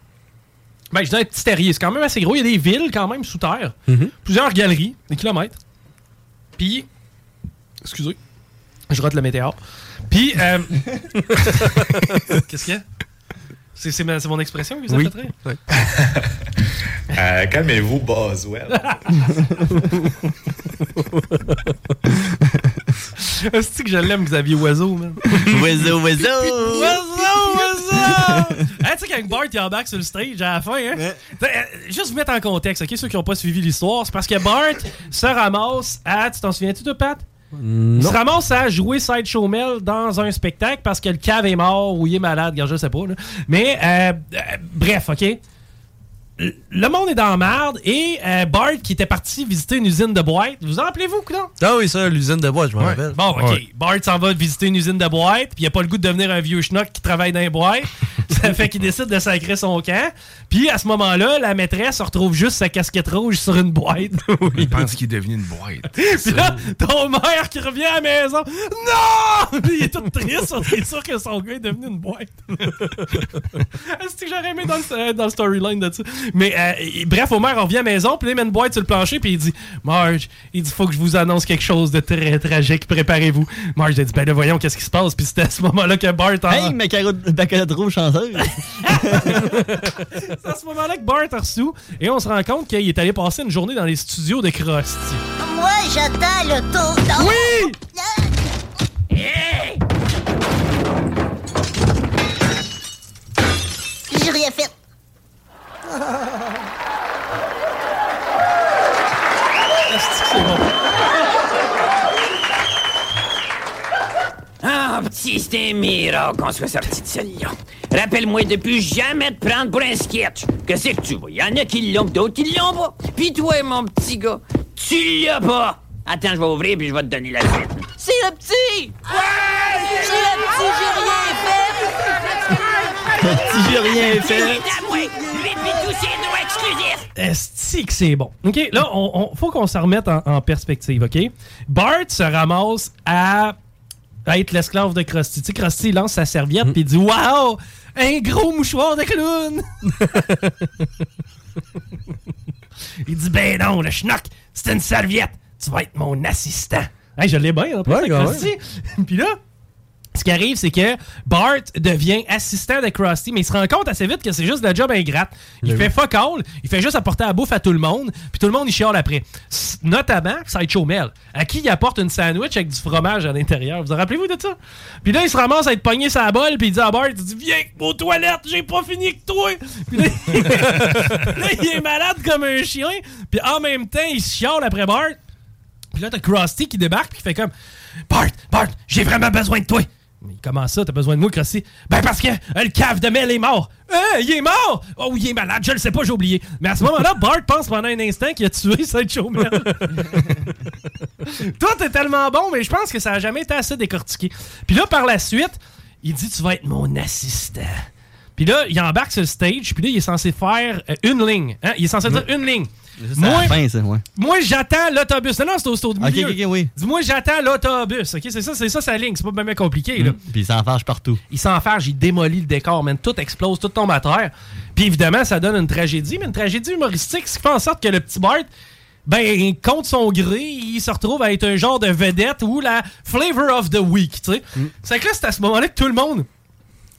[SPEAKER 2] Ben, je dis un petit terrier, c'est quand même assez gros. Il y a des villes quand même sous terre.
[SPEAKER 7] Mm-hmm.
[SPEAKER 2] Plusieurs galeries, des kilomètres. Puis, excusez, je rate le météore. Puis, euh, qu'est-ce qu'il y a? C'est, c'est ma- c'est mon expression que vous avez
[SPEAKER 12] Oui.
[SPEAKER 2] fait rire?
[SPEAKER 12] Euh, Calmez-vous, Boswell.
[SPEAKER 2] cest que je l'aime, Xavier Oiseau, man?
[SPEAKER 9] Oiseau, oiseau!
[SPEAKER 2] Oiseau, oiseau! Hein, tu sais, quand Bart est en back sur le stage à la fin, hein? T'sais, euh, Juste vous mettre en contexte, OK? Ceux qui n'ont pas suivi l'histoire, c'est parce que Bart se ramasse à. Tu t'en souviens-tu de Pat? Il se ramasse à jouer Sideshow Mel dans un spectacle parce que le cave est mort ou il est malade, gars, je sais pas. là. Mais, euh, euh, bref, OK? le monde est dans la merde et euh, Bart qui était parti visiter une usine de boîte. Vous en rappelez-vous, coudonc?
[SPEAKER 9] Ah oui, ça, l'usine de bois, je m'en rappelle.
[SPEAKER 2] Bon, OK.
[SPEAKER 9] Ouais.
[SPEAKER 2] Bart s'en va visiter une usine de boîte, puis il a pas le goût de devenir un vieux schnock qui travaille dans les boîtes. ça fait qu'il décide de sacrer son camp. Puis à ce moment-là, la maîtresse retrouve juste sa casquette rouge sur une boîte.
[SPEAKER 10] Je pense qu'il est devenu une boîte.
[SPEAKER 2] Puis là, ton maire qui revient à la maison. Non! Il est tout triste. On est sûr que son gars est devenu une boîte. C'est que j'aurais aimé dans le, euh, dans le storyline de ça. Mais euh, il- bref, Homer revient à la maison. Puis là, il met une boîte sur le plancher. Puis il dit Marge, il dit faut que je vous annonce quelque chose de très tragique. Préparez-vous. Marge a dit ben là, voyons qu'est-ce qui se passe. Puis c'était à ce moment-là que Bart en...
[SPEAKER 9] Hey, ma carotte- ma carotte rouge chanceuse.
[SPEAKER 2] C'est à ce moment-là que Bart a reçu. Et on se rend compte qu'il est allé passer une journée dans les studios de Krusty.
[SPEAKER 17] Moi, j'attends le tour d'or.
[SPEAKER 2] Oui!
[SPEAKER 17] J'ai rien fait.
[SPEAKER 21] Ah, petit, c'est un miracle qu'on soit sorti de celle-là. Rappelle-moi de plus jamais te prendre pour un sketch. Que c'est que tu vois? Y en a qui l'ont, pis d'autres qui l'ont pas. Puis toi, mon petit gars, tu l'as pas. Attends, je vais ouvrir puis je vais te donner la suite.
[SPEAKER 17] C'est le petit! C'est le petit, j'ai rien fait!
[SPEAKER 9] Petit, j'ai rien fait.
[SPEAKER 2] Esti que c'est bon. OK, là, on, on- faut qu'on se remette en, en perspective, OK? Bart se ramasse à, à être l'esclave de Krusty. Tu sais, Krusty il lance sa serviette
[SPEAKER 9] Mm.
[SPEAKER 2] puis il dit « Wow! Un gros mouchoir de clown! » Il dit « Ben non, le schnock, c'est une serviette! Tu vas être mon assistant! Hey, » Je l'ai bien, là, pour
[SPEAKER 9] Ouais,
[SPEAKER 2] ça,
[SPEAKER 9] ouais.
[SPEAKER 2] Krusty. Puis là... Ce qui arrive, c'est que Bart devient assistant de Krusty, mais il se rend compte assez vite que c'est juste de la job ingrate. Il
[SPEAKER 9] Ben
[SPEAKER 2] fait
[SPEAKER 9] oui.
[SPEAKER 2] fuck all, il fait juste apporter la bouffe à tout le monde, puis tout le monde y chiale après. S- Notamment Sideshow Mel, à qui il apporte une sandwich avec du fromage à l'intérieur. Vous en rappelez-vous de ça? Puis là, il se ramasse à être pogné sa balle, puis il dit à Bart, il dit, viens aux toilettes, j'ai pas fini que toi! Puis là, là, il est malade comme un chien, puis en même temps, il se chiale après Bart. Puis là, t'as Krusty qui débarque, puis qui fait comme Bart, Bart, j'ai vraiment besoin de toi. Mais comment ça, t'as besoin de moi, Krusty? Ben parce que euh, le cave de Mel est mort. Hein, il est mort? Oh, il est malade, je le sais pas, j'ai oublié. Mais à ce moment-là, Bart pense pendant un instant qu'il a tué Sideshow Mel. Toi, t'es tellement bon, mais je pense que ça a jamais été assez décortiqué. Puis là, par la suite, il dit Tu vas être mon assistant. Puis là, il embarque sur le stage, puis là, il est censé faire euh, une ligne. Hein? Il est censé dire une ligne.
[SPEAKER 9] C'est à
[SPEAKER 2] Moi-
[SPEAKER 9] la fin, ça, ouais.
[SPEAKER 2] moi, j'attends l'autobus. Non, non, c'est au, c'est au milieu.
[SPEAKER 9] ok, oui.
[SPEAKER 2] Dis-moi, j'attends l'autobus. OK, c'est ça, c'est ça sa ligne. C'est pas même compliqué, là.
[SPEAKER 9] Puis il s'en fâche partout.
[SPEAKER 2] Il s'enfarge, il démolit le décor, man. Tout explose, tout tombe à terre. Puis évidemment, ça donne une tragédie, mais une tragédie humoristique, ce qui fait en sorte que le petit Bart, ben, contre son gré, il se retrouve à être un genre de vedette ou la flavor of the week, tu sais.
[SPEAKER 9] Mm.
[SPEAKER 2] C'est que là, c'est à ce moment-là que tout le monde,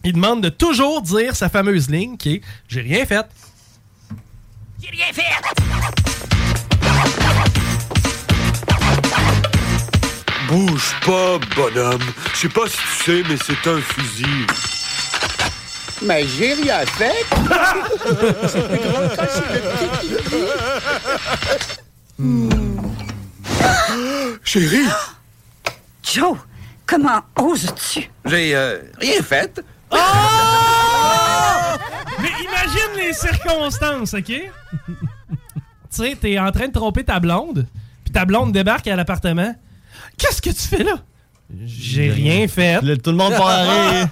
[SPEAKER 2] il demande de toujours dire sa fameuse ligne qui est « J'ai rien fait ».
[SPEAKER 21] J'ai rien fait!
[SPEAKER 22] Bouge pas, bonhomme. Je sais pas si tu sais, mais c'est un fusil.
[SPEAKER 8] Mais j'ai rien fait.
[SPEAKER 22] C'est plus drôle quand c'est
[SPEAKER 19] Chérie! Joe, comment oses-tu?
[SPEAKER 22] J'ai euh, rien fait.
[SPEAKER 23] Oh!
[SPEAKER 2] Mais imagine les circonstances, OK? tu sais, t'es en train de tromper ta blonde, puis ta blonde débarque à l'appartement. Qu'est-ce que tu fais là? J'ai rien fait.
[SPEAKER 9] tout le monde part à rire.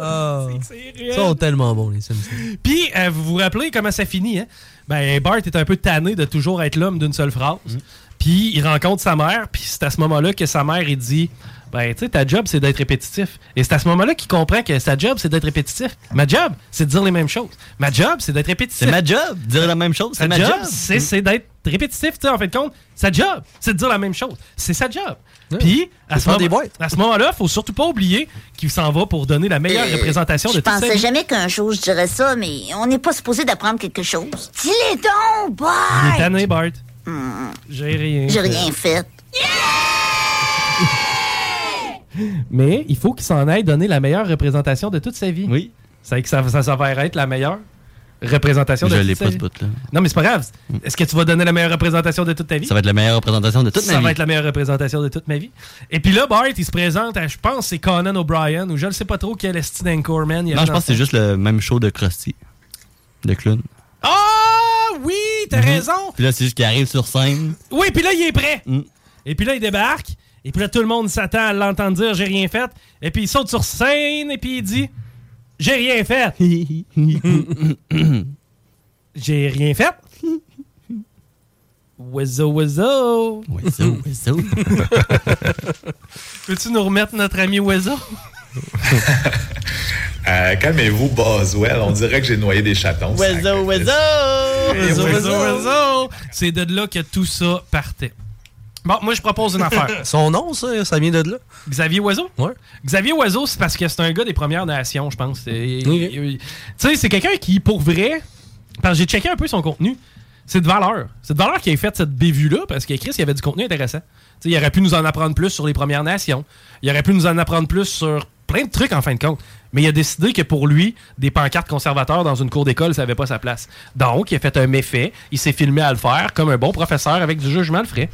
[SPEAKER 2] Ils
[SPEAKER 9] sont tellement bons, les Simpsons.
[SPEAKER 2] Puis, euh, vous vous rappelez comment ça finit, hein? Ben, Bart est un peu tanné de toujours être l'homme d'une seule phrase.
[SPEAKER 9] Mm.
[SPEAKER 2] Puis, il rencontre sa mère, puis c'est à ce moment-là que sa mère, il dit Ben, tu sais, ta job, c'est d'être répétitif. Et c'est à ce moment-là qu'il comprend que sa job, c'est d'être répétitif. Ma job, c'est de dire les mêmes choses. Ma job, c'est d'être répétitif.
[SPEAKER 9] C'est ma job, dire la même chose. C'est
[SPEAKER 2] Sa
[SPEAKER 9] ma
[SPEAKER 2] job,
[SPEAKER 9] job.
[SPEAKER 2] c'est c'est d'être répétitif, tu sais, en fait de compte. Sa job, c'est de dire la même chose. C'est sa job. Puis, à
[SPEAKER 9] C'est
[SPEAKER 2] ce,
[SPEAKER 9] faire des
[SPEAKER 2] moment, à ce moment-là, faut surtout pas oublier qu'il s'en va pour donner la meilleure représentation de
[SPEAKER 23] Je
[SPEAKER 2] toute sa
[SPEAKER 23] pensais
[SPEAKER 2] vie.
[SPEAKER 23] jamais qu'un jour je dirais ça, mais on n'est pas supposé d'apprendre quelque chose. Dis-les donc, Bart!
[SPEAKER 2] Il est tanné, Bart. J'ai rien.
[SPEAKER 23] J'ai rien fait.
[SPEAKER 2] Mais il faut qu'il s'en aille donner la meilleure représentation de toute sa vie. Oui. C'est que ça, ça s'avère être la meilleure représentation de
[SPEAKER 9] Je
[SPEAKER 2] toute
[SPEAKER 9] l'ai
[SPEAKER 2] sa
[SPEAKER 9] pas,
[SPEAKER 2] vie.
[SPEAKER 9] ce bout-là.
[SPEAKER 2] Non, mais c'est pas grave. Est-ce que tu vas donner la meilleure représentation de toute ta vie?
[SPEAKER 9] Ça va être la meilleure représentation de toute
[SPEAKER 2] ça
[SPEAKER 9] ma
[SPEAKER 2] va
[SPEAKER 9] vie.
[SPEAKER 2] être la meilleure représentation de toute ma vie. Et puis là, Bart, il se présente à, je pense, c'est Conan O'Brien ou je ne sais pas trop quel est Steve Anchorman. il y avait
[SPEAKER 9] Non, je
[SPEAKER 2] dans
[SPEAKER 9] pense que c'est
[SPEAKER 2] ça.
[SPEAKER 9] juste le même show de Krusty.
[SPEAKER 24] Le clown.
[SPEAKER 2] Ah oui,
[SPEAKER 9] Mhm.
[SPEAKER 2] t'as raison.
[SPEAKER 24] Puis là, c'est juste qu'il arrive sur scène.
[SPEAKER 2] Oui, puis là, il est prêt.
[SPEAKER 24] Mm.
[SPEAKER 2] Et puis là, il débarque. Et puis là, tout le monde s'attend à l'entendre dire j'ai rien fait. Et puis il saute sur scène et puis il dit j'ai rien fait. j'ai rien fait. Wizzo, wizzo.
[SPEAKER 24] Wizzo, wizzo.
[SPEAKER 2] Peux-tu nous remettre notre ami Wizzo?
[SPEAKER 25] Euh, Calmez-vous, Boswell. On dirait que j'ai noyé des chatons.
[SPEAKER 2] Wizzo, wizzo. Wizzo, wizzo,
[SPEAKER 25] wizzo.
[SPEAKER 2] wizzo. C'est de là que tout ça partait. Bon, moi, je propose une affaire.
[SPEAKER 9] Son nom, ça, ça vient de là.
[SPEAKER 2] Xavier Oiseau? Xavier Oiseau, c'est parce que c'est un gars des Premières Nations, je pense. Et- et- Tu sais, c'est quelqu'un qui, pour vrai, parce que j'ai checké un peu son contenu, c'est de valeur. C'est de valeur qu'il ait fait cette bévue-là, parce que Chris, il y avait du contenu intéressant. Tu sais, il aurait pu nous en apprendre plus sur les Premières Nations. Il aurait pu nous en apprendre plus sur plein de trucs, en fin de compte. Mais il a décidé que pour lui, des pancartes conservateurs dans une cour d'école, ça n'avait pas sa place. Donc, il a fait un méfait. Il s'est filmé à le faire, comme un bon professeur, avec du jugement le frais.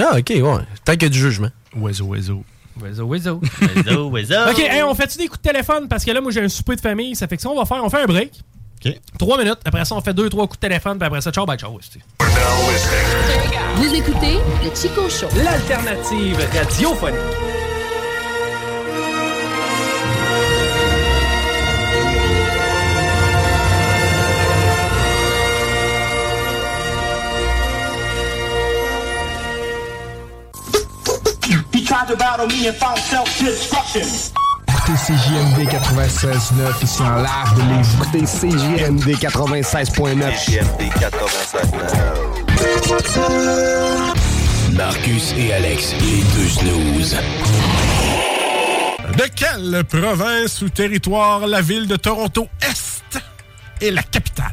[SPEAKER 9] Ah, ok, ouais. Tant qu'il y a du jugement.
[SPEAKER 2] Oiseau, oiseau. Oiseau, oiseau.
[SPEAKER 24] Wizzo, wizzo.
[SPEAKER 2] OK, hey, on fait-tu des coups de téléphone? Parce que là, moi, j'ai un souper de famille. Ça fait que ça, on va faire, on fait un break.
[SPEAKER 24] OK.
[SPEAKER 2] Trois minutes. Après ça, on fait deux, trois coups de téléphone. Puis après ça, ciao, bye, ciao. esti.
[SPEAKER 4] Vous écoutez le Chico Show.
[SPEAKER 2] L'alternative radiophonique.
[SPEAKER 7] He tried to battle me and found self-destruction.
[SPEAKER 12] Écoutez CJMD 96.9 ici en live de Lévis. Écoutez CJMD 96.9.
[SPEAKER 26] Marcus et Alex, les deux snooze.
[SPEAKER 17] De quelle province ou territoire la ville de Toronto-Est est la capitale?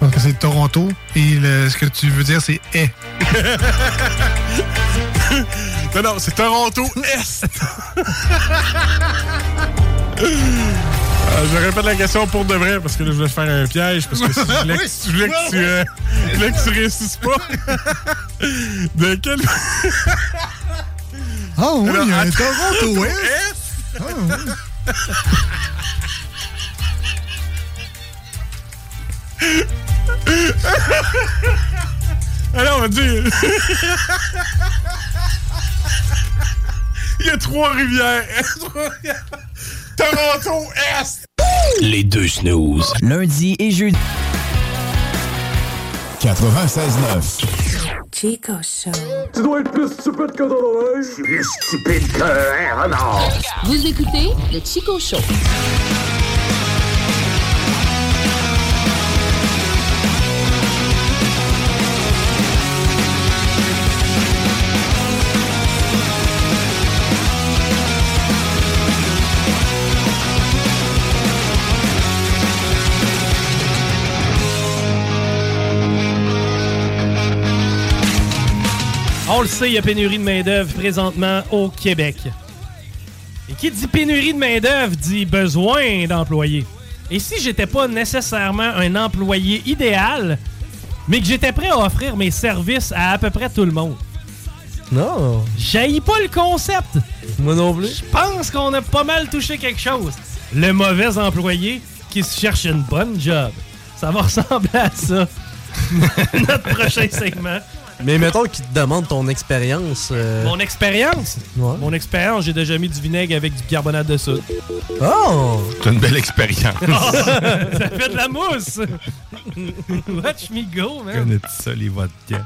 [SPEAKER 27] Donc, c'est Toronto. Et le- ce que tu veux dire, c'est est.
[SPEAKER 17] non, non, c'est Toronto-Est. Euh, je répète la question pour de vrai parce que là, je voulais te faire un piège parce que si je voulais que, je voulais que tu, euh, je voulais que tu réussisses pas. de quel...
[SPEAKER 27] Ah oui,
[SPEAKER 17] Alors,
[SPEAKER 27] il y a un
[SPEAKER 17] attends.
[SPEAKER 27] Toronto, ouais.
[SPEAKER 17] Est.
[SPEAKER 27] Ah oui.
[SPEAKER 17] Alors, on va dire. Il y a trois rivières. Toronto Est.
[SPEAKER 26] Les deux snooze. Lundi et jeudi.
[SPEAKER 17] 96.9.
[SPEAKER 7] Chico Show. Tu dois être plus stupide que dans la Je suis plus stupide qu'un renard.
[SPEAKER 4] Vous écoutez le Chico Show.
[SPEAKER 2] On le sait, il y a pénurie de main-d'œuvre présentement au Québec. Et qui dit pénurie de main-d'œuvre dit besoin d'employés. Et si j'étais pas nécessairement un employé idéal, mais que j'étais prêt à offrir mes services à à peu près tout le monde?
[SPEAKER 9] Non.
[SPEAKER 2] J'haïs pas le concept.
[SPEAKER 9] Moi non
[SPEAKER 2] Je
[SPEAKER 9] plus.
[SPEAKER 2] pense qu'on a pas mal touché quelque chose. Le mauvais employé qui se cherche une bonne job. Ça va ressembler à ça. Notre prochain segment.
[SPEAKER 9] Mais mettons qu'il te demande ton expérience. euh,
[SPEAKER 2] Mon expérience. Mon expérience, j'ai déjà mis du vinaigre avec du bicarbonate de soude.
[SPEAKER 9] Oh!
[SPEAKER 17] C'est une belle expérience.
[SPEAKER 2] Ah, ça fait de la mousse. Watch me go, man.
[SPEAKER 17] Connais-tu ça, les vodkas?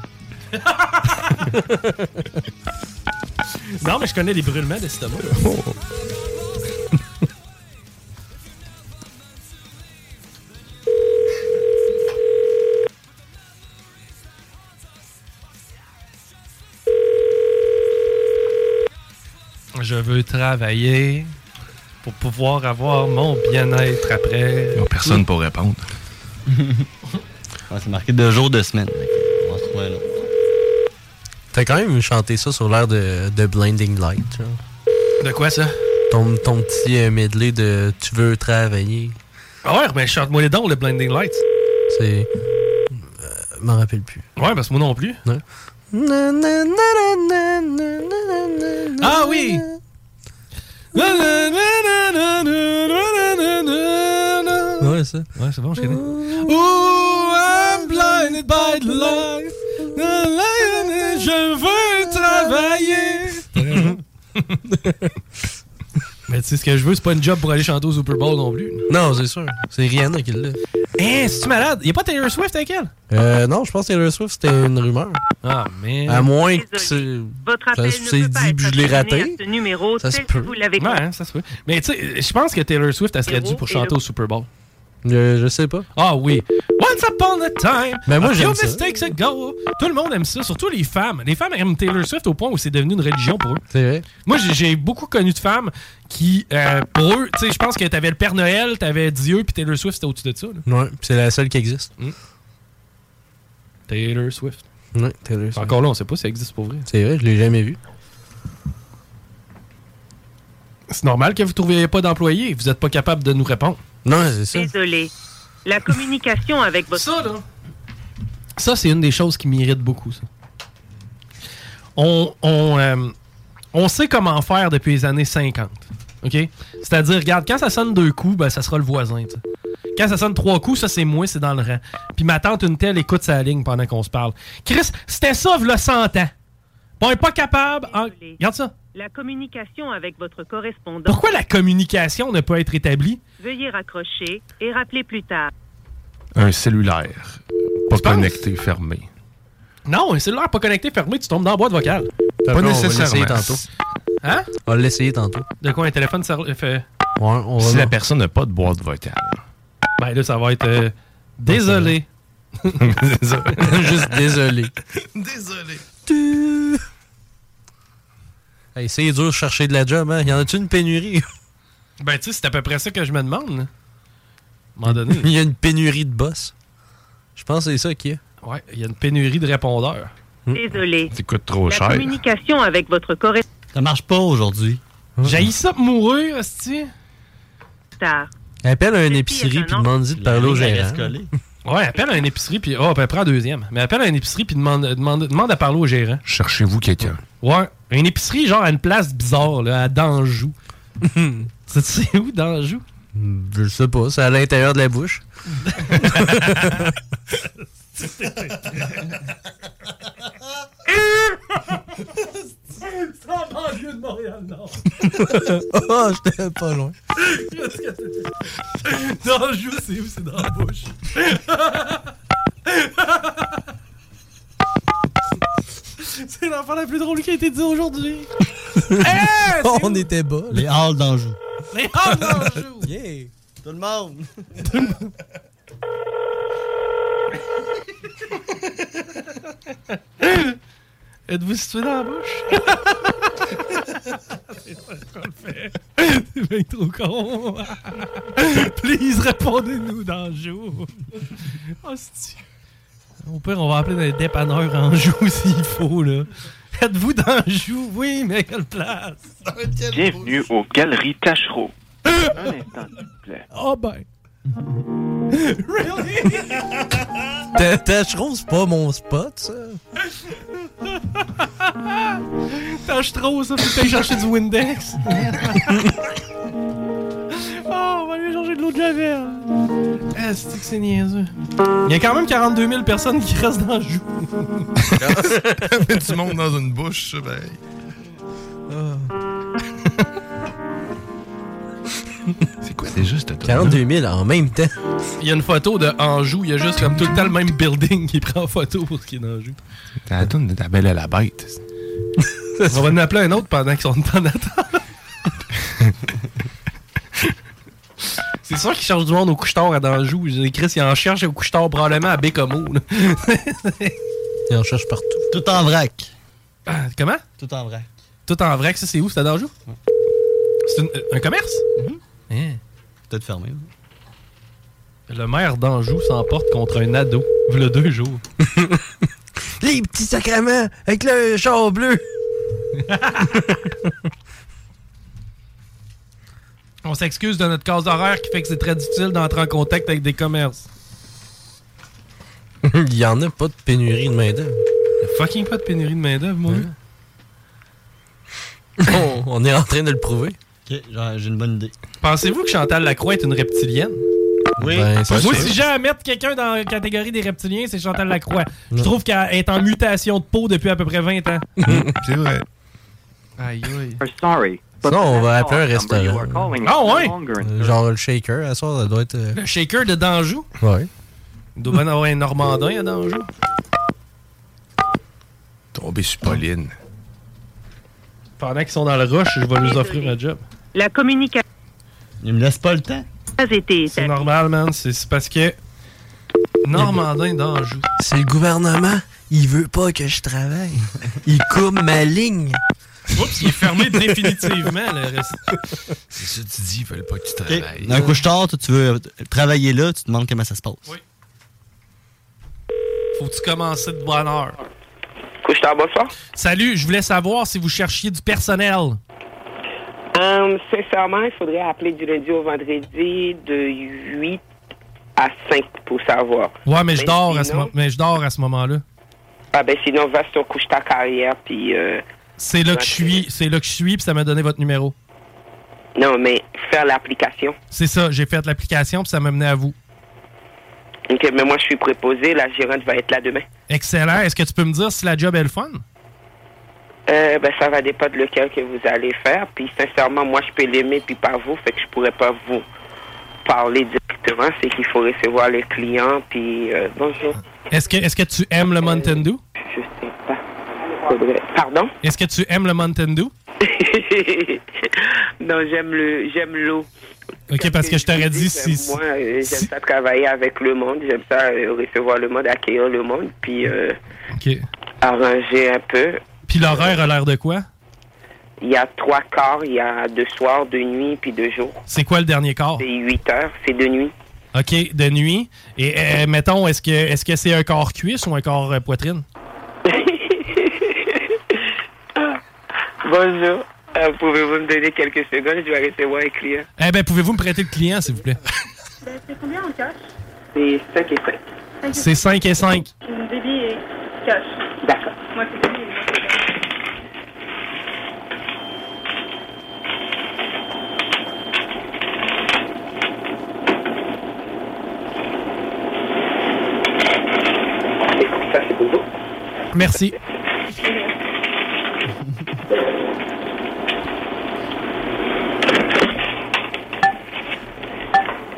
[SPEAKER 2] Non, mais je connais les brûlements d'estomac. Je veux travailler pour pouvoir avoir mon bien-être après.
[SPEAKER 28] Personne pour répondre.
[SPEAKER 24] Ouais, c'est marqué de jours, de semaine. Fait que On va se trouver un autre.
[SPEAKER 9] T'as quand même chanté ça sur l'air de, de Blinding Light. genre.
[SPEAKER 2] De quoi ça?
[SPEAKER 9] Ton, ton petit euh, medley de Tu veux travailler.
[SPEAKER 2] Ah ouais,
[SPEAKER 27] ben,
[SPEAKER 2] mais chante-moi les dons, le Blinding Lights.
[SPEAKER 9] C'est.
[SPEAKER 27] euh,
[SPEAKER 9] Je m'en rappelle plus.
[SPEAKER 2] Ouais, parce que moi non plus.
[SPEAKER 9] Ah oui!
[SPEAKER 2] Ouais,
[SPEAKER 27] ouais, ça. Ouais, c'est bon, je connais.
[SPEAKER 2] Ooh, Oh, I'm blinded by the light. The light, Je veux travailler.
[SPEAKER 27] Mais tu sais, ce que je veux, c'est pas une job pour aller chanter au Super Bowl non plus. Eh, Non, c'est sûr. C'est Rihanna qui l'a.
[SPEAKER 2] Hein, c'est-tu malade? Y'a pas Taylor Swift avec elle?
[SPEAKER 27] Euh, non, je pense que Taylor Swift, c'était une rumeur.
[SPEAKER 2] Ah, mais.
[SPEAKER 27] À moins que c'est.
[SPEAKER 7] Votre
[SPEAKER 27] ça
[SPEAKER 7] appel
[SPEAKER 27] se-
[SPEAKER 7] ne
[SPEAKER 27] c'est
[SPEAKER 7] peut pas
[SPEAKER 27] dit,
[SPEAKER 7] être
[SPEAKER 27] puis je l'ai
[SPEAKER 7] attendu à
[SPEAKER 27] raté.
[SPEAKER 7] ce numéro
[SPEAKER 27] Ça se
[SPEAKER 7] tel que
[SPEAKER 27] peut.
[SPEAKER 7] vous l'avez
[SPEAKER 2] Ouais, hein, ça se peut. Mais tu sais, je pense que Taylor Swift, elle serait due pour chanter au Super Bowl.
[SPEAKER 27] Euh, Je, je sais pas.
[SPEAKER 2] Ah oui. Once upon a time.
[SPEAKER 27] Ben, moi,
[SPEAKER 2] a
[SPEAKER 27] j'aime
[SPEAKER 2] few
[SPEAKER 27] ça.
[SPEAKER 2] mistakes ago. Tout le monde aime ça, surtout les femmes. Les femmes aiment Taylor Swift au point où c'est devenu une religion pour eux.
[SPEAKER 27] C'est vrai.
[SPEAKER 2] Moi, j'ai- j'ai beaucoup connu de femmes qui, euh, pour eux, tu sais, je pense que t'avais le Père Noël, t'avais Dieu, puis Taylor Swift, c'était au-dessus de ça. là.
[SPEAKER 27] Ouais, puis c'est la seule qui existe.
[SPEAKER 2] Taylor Swift.
[SPEAKER 27] Ouais, Taylor Swift.
[SPEAKER 2] Encore là, on sait pas si ça existe pour vrai.
[SPEAKER 27] C'est vrai, je l'ai jamais vu.
[SPEAKER 2] C'est normal que vous ne trouviez pas d'employés. Vous n'êtes pas capable de nous répondre.
[SPEAKER 27] Non, c'est ça.
[SPEAKER 7] Désolé. La communication avec votre...
[SPEAKER 2] Ça, là. Ça, c'est une des choses qui m'irrite beaucoup, ça. On, on, euh, on sait comment faire depuis les années 50. OK? C'est-à-dire, regarde, quand ça sonne deux coups, ben, ça sera le voisin. tu sais. Quand ça sonne trois coups, ça, c'est moi, c'est dans le rang. Puis ma tante, une telle, écoute sa ligne pendant qu'on se parle. Chris, c'était ça, v'là 100 ans. Bon, on est pas capable. en- Regarde ça.
[SPEAKER 7] La communication avec votre correspondant.
[SPEAKER 2] Pourquoi la communication ne peut être établie
[SPEAKER 7] Veuillez raccrocher et rappeler plus tard.
[SPEAKER 13] Un cellulaire. Pas connecté, fermé.
[SPEAKER 2] Non, un cellulaire pas connecté, fermé, tu tombes dans la boîte vocale.
[SPEAKER 27] Pas Attends, on va nécessairement. l'essayer tantôt.
[SPEAKER 2] Hein?
[SPEAKER 27] On va l'essayer tantôt.
[SPEAKER 2] De quoi un téléphone ça fait.
[SPEAKER 27] on va
[SPEAKER 10] si la
[SPEAKER 27] non.
[SPEAKER 10] personne n'a pas de boîte vocale.
[SPEAKER 2] Ben là, ça va être. euh, désolé.
[SPEAKER 27] Juste désolé.
[SPEAKER 2] Désolé.
[SPEAKER 27] Hey, c'est dur de chercher de la job, hein? Y en a-tu une pénurie?
[SPEAKER 2] Ben tu sais, c'est à peu près ça que je me demande. là. À un moment donné.
[SPEAKER 27] Il y a une pénurie de boss. Je pense que c'est ça qui est.
[SPEAKER 2] Ouais, il y a une pénurie de répondeurs.
[SPEAKER 7] Désolé.
[SPEAKER 27] Ça coûte Hmm. trop
[SPEAKER 7] la communication avec votre correspondant.
[SPEAKER 9] Ça marche pas aujourd'hui.
[SPEAKER 27] Ah.
[SPEAKER 2] J'ai ça pour mourir, hostie.
[SPEAKER 27] Appelle à une épicerie puis demande-y de parler au gérant.
[SPEAKER 2] Ouais, appelle à une épicerie puis. Oh, ben prends un deuxième. Mais appelle à une épicerie puis demande, demande, demande à parler au gérant.
[SPEAKER 10] Cherchez-vous quelqu'un.
[SPEAKER 2] Ouais, une épicerie genre à une place bizarre, là, à Danjou. c'est c'est où Danjou?
[SPEAKER 27] Je sais pas, c'est à l'intérieur de la bouche.
[SPEAKER 2] C'est en banlieue de Montréal-Nord.
[SPEAKER 27] oh, j'étais pas loin.
[SPEAKER 2] Qu'est-ce que c'est? Dans le joue, c'est où? C'est dans la bouche. c'est l'enfant la plus drôle qui a été dit aujourd'hui. Eh, Hey,
[SPEAKER 9] On
[SPEAKER 27] était bas.
[SPEAKER 9] Les halls d'Anjou.
[SPEAKER 2] Les halls d'Anjou.
[SPEAKER 27] Yeah.
[SPEAKER 9] Tout le monde.
[SPEAKER 2] Êtes-vous situé dans la bouche? C'est bien trop con. Please, répondez-nous dans le jour. Oh, c'est-tu- Au pire, on va appeler des dépanneurs en joue s'il faut, là. Êtes-vous dans le joue? Oui, mais quelle place?
[SPEAKER 11] Bienvenue aux Galeries Tachereau. Un instant, s'il vous plaît.
[SPEAKER 2] Oh ben.
[SPEAKER 11] Really?
[SPEAKER 27] Ta- Tacheron, c'est pas mon spot, ça.
[SPEAKER 2] Tâche trop, ça, faut que t'ailles chercher du Windex. oh, on va aller changer de l'eau de Javel. Ah, c'est que c'est niaiseux. Il y a quand même 42 000 personnes qui restent dans le jeu.
[SPEAKER 10] Mais du monde dans une bouche, ça, ben.
[SPEAKER 27] Ah. C'est
[SPEAKER 10] quoi déjà cette
[SPEAKER 27] 42 000 en même temps.
[SPEAKER 2] Il y a une photo de Anjou, il y a juste comme tout le temps le même building qui prend en photo pour ce qui est d'Anjou.
[SPEAKER 10] La donne de ta belle à la bête.
[SPEAKER 2] On va en appeler un autre pendant qu'ils sont en attente. C'est sûr qu'ils cherchent du monde au couche-tard à Danjou. Chris, ils en cherchent au couche-tard probablement à Bécomo.
[SPEAKER 27] ils en cherchent partout.
[SPEAKER 2] Tout en vrac. Ah, comment?
[SPEAKER 9] Tout en vrai.
[SPEAKER 2] Tout en vrac, ça c'est où? C'est à Danjou? C'est une- un commerce?
[SPEAKER 27] Mhm.
[SPEAKER 2] Hein.
[SPEAKER 9] Peut-être fermé.
[SPEAKER 2] Le maire d'Anjou s'emporte contre un ado. Le deux jours.
[SPEAKER 27] Les petits sacrements avec le char bleu.
[SPEAKER 2] On s'excuse de notre case horaire qui fait que c'est très difficile d'entrer en contact avec des commerces.
[SPEAKER 27] Il y en a pas de pénurie de main-d'œuvre.
[SPEAKER 2] Fucking pas de pénurie de main-d'œuvre, mon gars. Oh,
[SPEAKER 27] on, on est en train de le prouver.
[SPEAKER 9] Ok, j'ai j'ai une bonne idée.
[SPEAKER 2] Pensez-vous que Chantal Lacroix est une reptilienne? Oui.
[SPEAKER 27] Ben, c'est
[SPEAKER 2] Ah, Moi,
[SPEAKER 27] ça.
[SPEAKER 2] si j'ai à mettre quelqu'un dans la catégorie des reptiliens, c'est Chantal Lacroix. Je trouve qu'elle est en mutation de peau depuis à peu près 20 ans.
[SPEAKER 27] C'est vrai.
[SPEAKER 2] Aïe, aïe.
[SPEAKER 11] Sorry.
[SPEAKER 27] Sinon, on va appeler un restaurant.
[SPEAKER 2] Ah ouais?
[SPEAKER 27] Euh, Genre le shaker, à soir, ça doit être. euh,
[SPEAKER 2] Le shaker de Danjou.
[SPEAKER 27] Ouais.
[SPEAKER 2] Il doit bien avoir un Normandin à Danjou.
[SPEAKER 22] Tombé sur Pauline.
[SPEAKER 2] Pendant qu'ils sont dans le rush, je vais nous offrir un job.
[SPEAKER 7] La communication
[SPEAKER 2] Il me laisse pas le temps.
[SPEAKER 7] a été
[SPEAKER 2] C'est normal, man. C'est c'est parce que. Normandin d'Anjou.
[SPEAKER 1] C'est le gouvernement, il veut pas que je travaille. Il coupe ma ligne.
[SPEAKER 2] Oups, il est fermé définitivement, le reste.
[SPEAKER 22] C'est ça que tu dis, ils veulent pas que tu
[SPEAKER 9] Ok.
[SPEAKER 22] travailles.
[SPEAKER 9] Dans un couche-tard, toi, tu veux euh, travailler là, tu te demandes comment ça se passe.
[SPEAKER 2] Faut-tu commencer de bonne heure?
[SPEAKER 14] Couche ta bonne soir.
[SPEAKER 2] Salut, je voulais savoir si vous cherchiez du personnel.
[SPEAKER 14] Hum, sincèrement, il faudrait appeler du lundi au vendredi de 8 à 5 pour savoir.
[SPEAKER 2] Ouais, mais je
[SPEAKER 14] Ben,
[SPEAKER 2] dors à ce,
[SPEAKER 14] sinon-
[SPEAKER 2] mo- mais je dors à ce moment-là.
[SPEAKER 14] Ah ben sinon, va sur ton couche ta carrière, puis... euh,
[SPEAKER 2] C'est là que je suis, c'est là que je suis, puis ça m'a donné votre numéro.
[SPEAKER 14] Non, mais faire l'application.
[SPEAKER 2] C'est ça, j'ai fait l'application, puis ça m'a mené à vous.
[SPEAKER 14] OK, mais moi, je suis préposé. La gérante va être là demain.
[SPEAKER 2] Excellent. Est-ce que tu peux me dire si la job est le fun?
[SPEAKER 14] Euh, ben, ça va dépendre lequel que vous allez faire. Puis, sincèrement, moi, je peux l'aimer, puis pas vous. Fait que je pourrais pas vous parler directement. C'est qu'il faut recevoir les clients, puis... euh, bonjour.
[SPEAKER 2] Est-ce que, est-ce que tu aimes le Mountain Dew?
[SPEAKER 14] Je sais pas. Faudrait- Pardon?
[SPEAKER 2] Est-ce que tu aimes le Mountain Dew?
[SPEAKER 14] non, j'aime le, j'aime l'eau.
[SPEAKER 2] Ok, parce que je t'aurais dit
[SPEAKER 14] J'aime-
[SPEAKER 2] si.
[SPEAKER 14] Moi, euh, j'aime ça travailler avec le monde. J'aime ça euh, recevoir le monde, accueillir le monde, puis euh,
[SPEAKER 2] Ok.
[SPEAKER 14] arranger un peu.
[SPEAKER 2] Puis l'horaire a l'air de quoi?
[SPEAKER 14] Il y a trois quarts, il y a deux soirs, deux nuits, puis deux jours.
[SPEAKER 2] C'est quoi le dernier quart?
[SPEAKER 14] C'est huit heures, c'est de nuit.
[SPEAKER 2] Ok, de nuit. Et euh, mettons, est-ce que, est-ce que c'est un corps cuisse ou un corps euh, poitrine?
[SPEAKER 14] Bonjour. Euh, Pouvez-vous me donner quelques secondes? Je vais recevoir un client.
[SPEAKER 2] Eh ben, pouvez-vous me prêter le client, s'il vous plaît?
[SPEAKER 14] Ben, C'est combien en cash? C'est 5 et 5.
[SPEAKER 2] C'est 5 et 5.
[SPEAKER 14] Débit et cash. D'accord. Moi, c'est
[SPEAKER 2] Merci.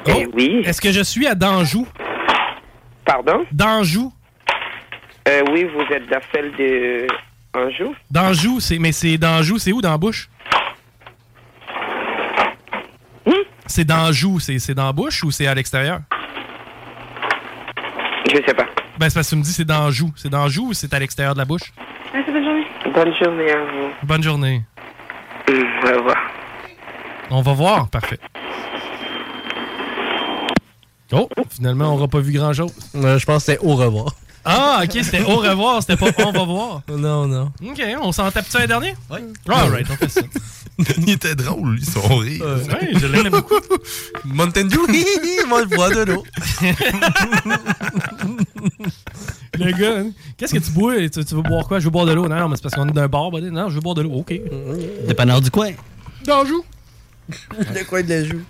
[SPEAKER 14] Eh oui.
[SPEAKER 2] Est-ce que je suis à Danjou?
[SPEAKER 14] Pardon?
[SPEAKER 2] Danjou.
[SPEAKER 14] Euh, oui, vous êtes dans celle de Anjou?
[SPEAKER 2] Danjou, c'est mais c'est Danjou, c'est où dans la bouche? C'est Danjou, c'est c'est dans la bouche ou c'est à l'extérieur?
[SPEAKER 14] Je sais pas.
[SPEAKER 2] Ben c'est parce que tu me dis c'est Danjou, c'est Danjou ou c'est à l'extérieur de la bouche?
[SPEAKER 14] Ah, bonne journée. Bonne journée à vous.
[SPEAKER 2] Bonne journée.
[SPEAKER 14] Hum, au revoir.
[SPEAKER 2] On va voir, parfait. Oh, finalement on aura pas vu grand chose.
[SPEAKER 27] Euh, je pense que c'était au revoir.
[SPEAKER 2] Ah, ok, c'était au revoir, c'était pas on va voir.
[SPEAKER 27] Non, non.
[SPEAKER 2] Ok, on s'en tape ça un dernier? Oui. Alright, on fait ça.
[SPEAKER 10] Il était drôle, lui, son rire.
[SPEAKER 2] Ouais, je l'aimais beaucoup.
[SPEAKER 10] Mountain Dew, moi, je bois de l'eau.
[SPEAKER 2] Le gars, hein, qu'est-ce que tu bois? Tu, tu veux boire quoi? Je veux boire de l'eau. Non, non, mais c'est parce qu'on est d'un bar. buddy. Non, je veux boire de l'eau. OK.
[SPEAKER 9] Dépanneur du coin.
[SPEAKER 2] D'Anjou.
[SPEAKER 1] De quoi il la joue?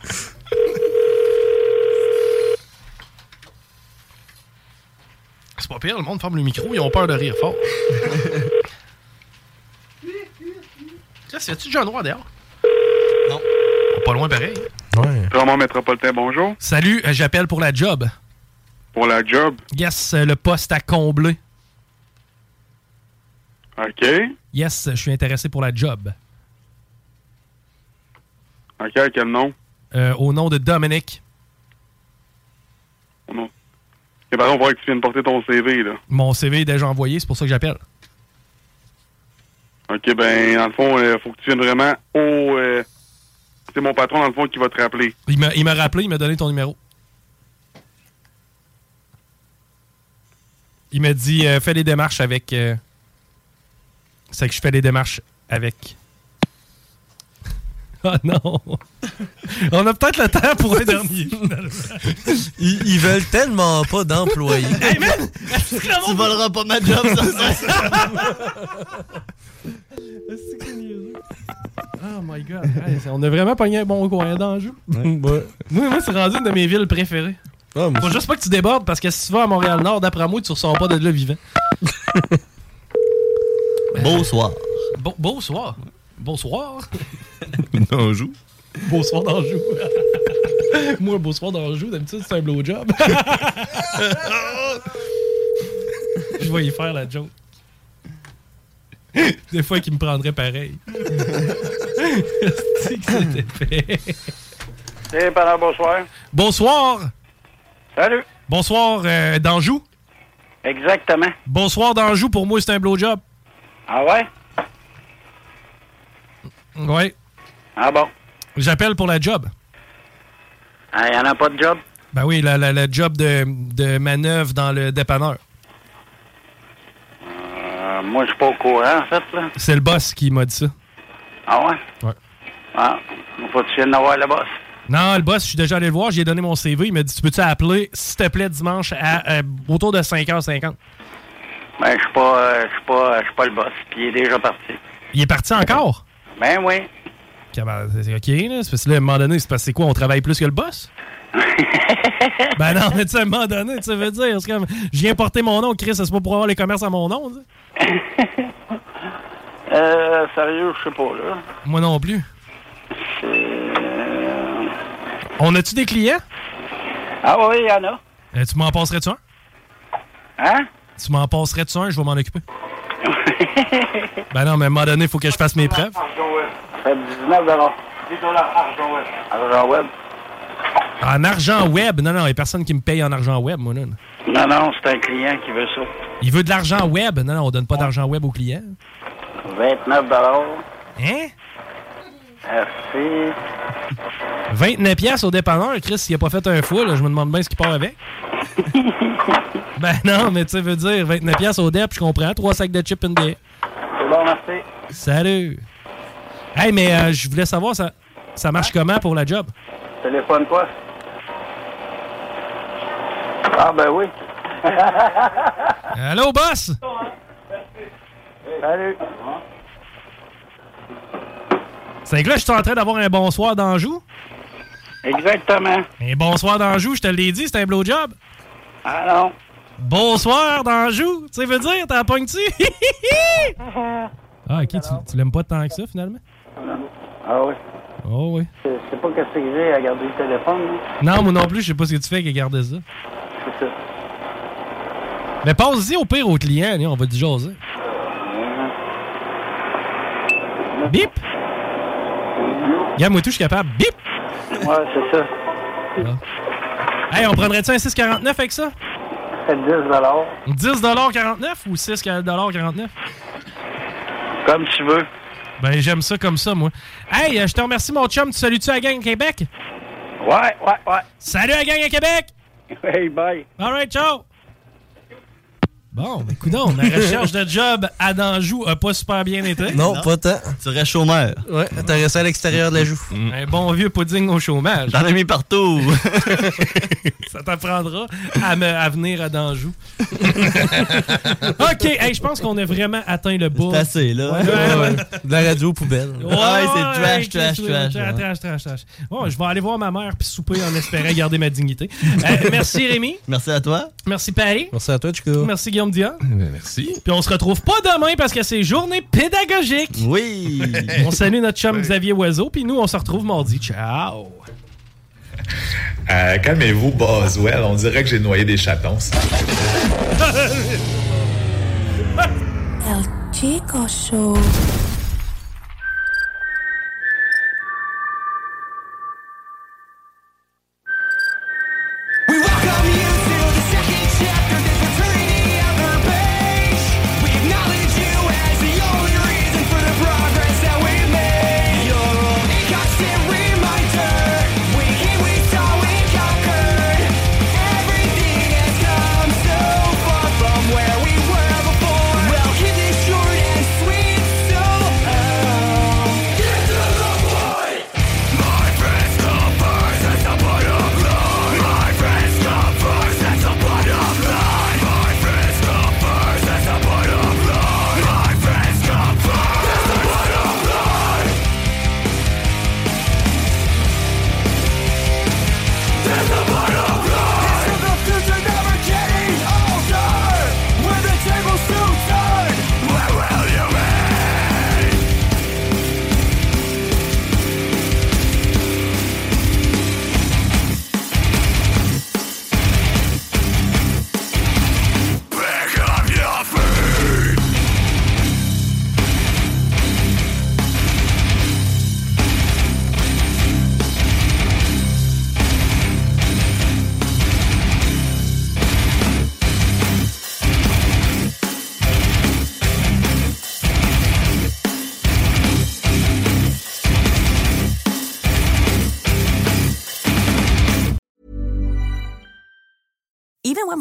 [SPEAKER 2] C'est pas pire, le monde ferme le micro, ils ont peur de rire fort. Tiens, c'est-tu déjà un droit dehors? Non. Pas loin pareil.
[SPEAKER 11] Vraiment métropolitain, bonjour.
[SPEAKER 2] Salut, euh, j'appelle pour la job.
[SPEAKER 11] Pour la job,
[SPEAKER 2] Yes, euh, le poste à combler.
[SPEAKER 11] OK.
[SPEAKER 2] Yes, je suis intéressé pour la job.
[SPEAKER 11] OK, à quel nom?
[SPEAKER 2] Euh, au nom de Dominique,
[SPEAKER 11] Au nom. Et par contre, Eh ben, on voit que tu viens de porter ton CV, là.
[SPEAKER 2] mon CV est déjà envoyé, c'est pour ça que j'appelle.
[SPEAKER 11] OK, ben, dans le fond, il faut que tu viennes vraiment au... euh, C'est mon patron, dans le fond, qui va te rappeler.
[SPEAKER 2] Il m'a il m'a rappelé, il m'a donné ton numéro. Il m'a dit euh, fais les démarches avec. euh, C'est que je fais les démarches avec. Ah non! On a peut-être le temps pour un dernier.
[SPEAKER 1] Ils, ils veulent tellement pas d'employés.
[SPEAKER 9] tu voleras pas ma job, ça, ça.
[SPEAKER 2] Oh my god. Hey, ça- on a vraiment pogné un bon coin d'enjeu. Ouais. Moi, moi, c'est rendu une de mes villes préférées. Faut juste pas que tu débordes parce que si tu vas à Montréal-Nord, d'après moi, tu ressors pas de là vivant.
[SPEAKER 9] Bonsoir.
[SPEAKER 2] Bon, bonsoir. Bonsoir.
[SPEAKER 10] D'Anjou.
[SPEAKER 2] Bonsoir d'Anjou. moi, un bonsoir d'Anjou, d'habitude, c'est un blowjob. Je vais y faire la joke. Des fois qu'il me prendrait pareil. C'est que c'était fait.
[SPEAKER 15] Eh, parents, bonsoir.
[SPEAKER 2] Bonsoir.
[SPEAKER 15] Salut.
[SPEAKER 2] Bonsoir euh, d'Anjou.
[SPEAKER 15] Exactement.
[SPEAKER 2] Bonsoir d'Anjou, pour moi, c'est un blowjob.
[SPEAKER 15] Ah ouais?
[SPEAKER 2] Ouais.
[SPEAKER 15] Ah bon?
[SPEAKER 2] J'appelle pour la job.
[SPEAKER 15] Ah, y'en a pas de job?
[SPEAKER 2] Ben oui, la, la- la job de, de manœuvre dans le dépanneur.
[SPEAKER 15] Euh, moi, je suis pas au courant, en fait, là.
[SPEAKER 2] C'est le boss qui m'a dit ça.
[SPEAKER 15] Ah ouais?
[SPEAKER 2] Ouais.
[SPEAKER 15] Ah, on va tu viens d'avoir le boss.
[SPEAKER 2] Non, le boss, je suis déjà allé le voir, j'ai donné mon CV, il m'a dit Tu peux-tu appeler, s'il te plaît, dimanche à, euh, autour de 5h50
[SPEAKER 15] Ben, je suis pas, euh, je suis pas, je suis pas le boss, puis il est déjà parti.
[SPEAKER 2] Il est parti encore
[SPEAKER 15] Ben oui.
[SPEAKER 2] Ok, ben, c'est- c'est ok, là. C'est parce que là, à un moment donné, c'est parce que c'est quoi On travaille plus que le boss Ben non, mais tu sais, à un moment donné, tu sais, veux dire, c'est comme Je viens porter mon nom, Chris, c'est pas pour avoir les commerces à mon nom, tu sais.
[SPEAKER 15] Euh, sérieux, je sais pas, là.
[SPEAKER 2] Moi non plus. On a-tu des clients
[SPEAKER 15] Euh. Ah oui, y'en a.
[SPEAKER 2] Euh, Tu m'en passerais-tu un
[SPEAKER 15] Hein
[SPEAKER 2] Tu m'en passerais-tu un, je vais m'en occuper. ben non, mais à un moment donné, il faut que je fasse mes preuves.
[SPEAKER 15] Argent web. Fait 19 dollars. 10 dollars, argent web. Argent web?
[SPEAKER 2] En argent web, non, non, il n'y a personne qui me paye en argent web, moi, là.
[SPEAKER 15] Non, non, c'est un client qui veut ça.
[SPEAKER 2] Il veut de l'argent web. Non, non, on donne pas d'argent web aux clients.
[SPEAKER 15] 29 dollars.
[SPEAKER 2] Hein?
[SPEAKER 15] Merci.
[SPEAKER 2] 29 pièces au dépanneur, Chris, s'il a pas fait un fou, là, je me demande bien ce qu'il part avec. ben non, mais tu sais, veux dire, 29 pièces au dep, je comprends. Trois sacs de chips, une bière.
[SPEAKER 15] C'est bon, merci.
[SPEAKER 2] Salut! Hey, mais euh, je voulais savoir, ça, ça marche comment pour la job?
[SPEAKER 15] Téléphone quoi? Ah ben oui.
[SPEAKER 2] Allô, boss?
[SPEAKER 15] Salut.
[SPEAKER 2] C'est que là, je suis en train d'avoir un bonsoir d'Anjou.
[SPEAKER 15] Exactement.
[SPEAKER 2] Un bonsoir d'Anjou, je te l'ai dit, c'est un blowjob.
[SPEAKER 15] Ah non.
[SPEAKER 2] Bonsoir d'Anjou, tu sais, veux dire, t'en pognes-tu? ah, ok, tu, tu l'aimes pas tant que ça, finalement?
[SPEAKER 15] Ah oui.
[SPEAKER 2] Oh oui.
[SPEAKER 15] Je je sais pas qu'est-ce que j'ai à garder le téléphone. là.
[SPEAKER 2] Non, moi non plus, je sais pas ce que tu fais avec garder ça.
[SPEAKER 15] C'est ça.
[SPEAKER 2] Mais passe-y au pire aux clients, là, on va te jaser. Bip! Regarde, moi tout, je suis capable. Bip!
[SPEAKER 15] Ouais, c'est ça.
[SPEAKER 2] Hey, on prendrait-tu un 6,49 avec ça?
[SPEAKER 15] C'est 10 dollars.
[SPEAKER 2] 10,49 ou 6,49?
[SPEAKER 15] Comme tu veux.
[SPEAKER 2] Ben, j'aime ça comme ça, moi. Hey, euh, je te remercie, mon chum. Tu salues-tu la gang à Québec?
[SPEAKER 15] Ouais, ouais, ouais.
[SPEAKER 2] Salut la gang à Québec!
[SPEAKER 15] Hey, bye.
[SPEAKER 2] Alright, ciao! Bon, ben, coudonc, ma recherche de job à Danjou a pas super bien été.
[SPEAKER 1] Non, pas tant.
[SPEAKER 9] Tu serais chômeur.
[SPEAKER 1] Ouais, t'as resté à l'extérieur de la joue.
[SPEAKER 2] Un bon vieux pudding au chômage.
[SPEAKER 9] J'en ai mis partout.
[SPEAKER 2] Ça t'apprendra à, me- à venir à Danjou. OK, hey, je pense qu'on a vraiment atteint le bas.
[SPEAKER 9] C'est assez, là.
[SPEAKER 2] Ouais, ouais, ouais.
[SPEAKER 1] De la radio aux poubelles.
[SPEAKER 2] Ouais, ouais,
[SPEAKER 9] Ah, trash,
[SPEAKER 2] ouais, Chris,
[SPEAKER 9] trash, trash,
[SPEAKER 2] trash,
[SPEAKER 9] ouais.
[SPEAKER 2] trash, trash, trash. Bon, je vais aller voir ma mère puis souper en espérant garder ma dignité. Euh, merci Rémi.
[SPEAKER 9] Merci à toi.
[SPEAKER 2] Merci Paris.
[SPEAKER 1] Merci à toi, Chico. Eh ben,
[SPEAKER 2] Merci Guillaume Dion.
[SPEAKER 10] merci.
[SPEAKER 2] Puis on se retrouve pas demain parce que c'est journée pédagogique.
[SPEAKER 9] Oui.
[SPEAKER 2] On salue notre chum Xavier Oiseau. Puis nous, on se retrouve mardi. Ciao.
[SPEAKER 12] Euh, Calmez-vous, Boswell. On dirait que j'ai noyé des chatons. ça.
[SPEAKER 6] El Chico Show.
[SPEAKER 16] Well, keep this short and sweet, so
[SPEAKER 29] Even when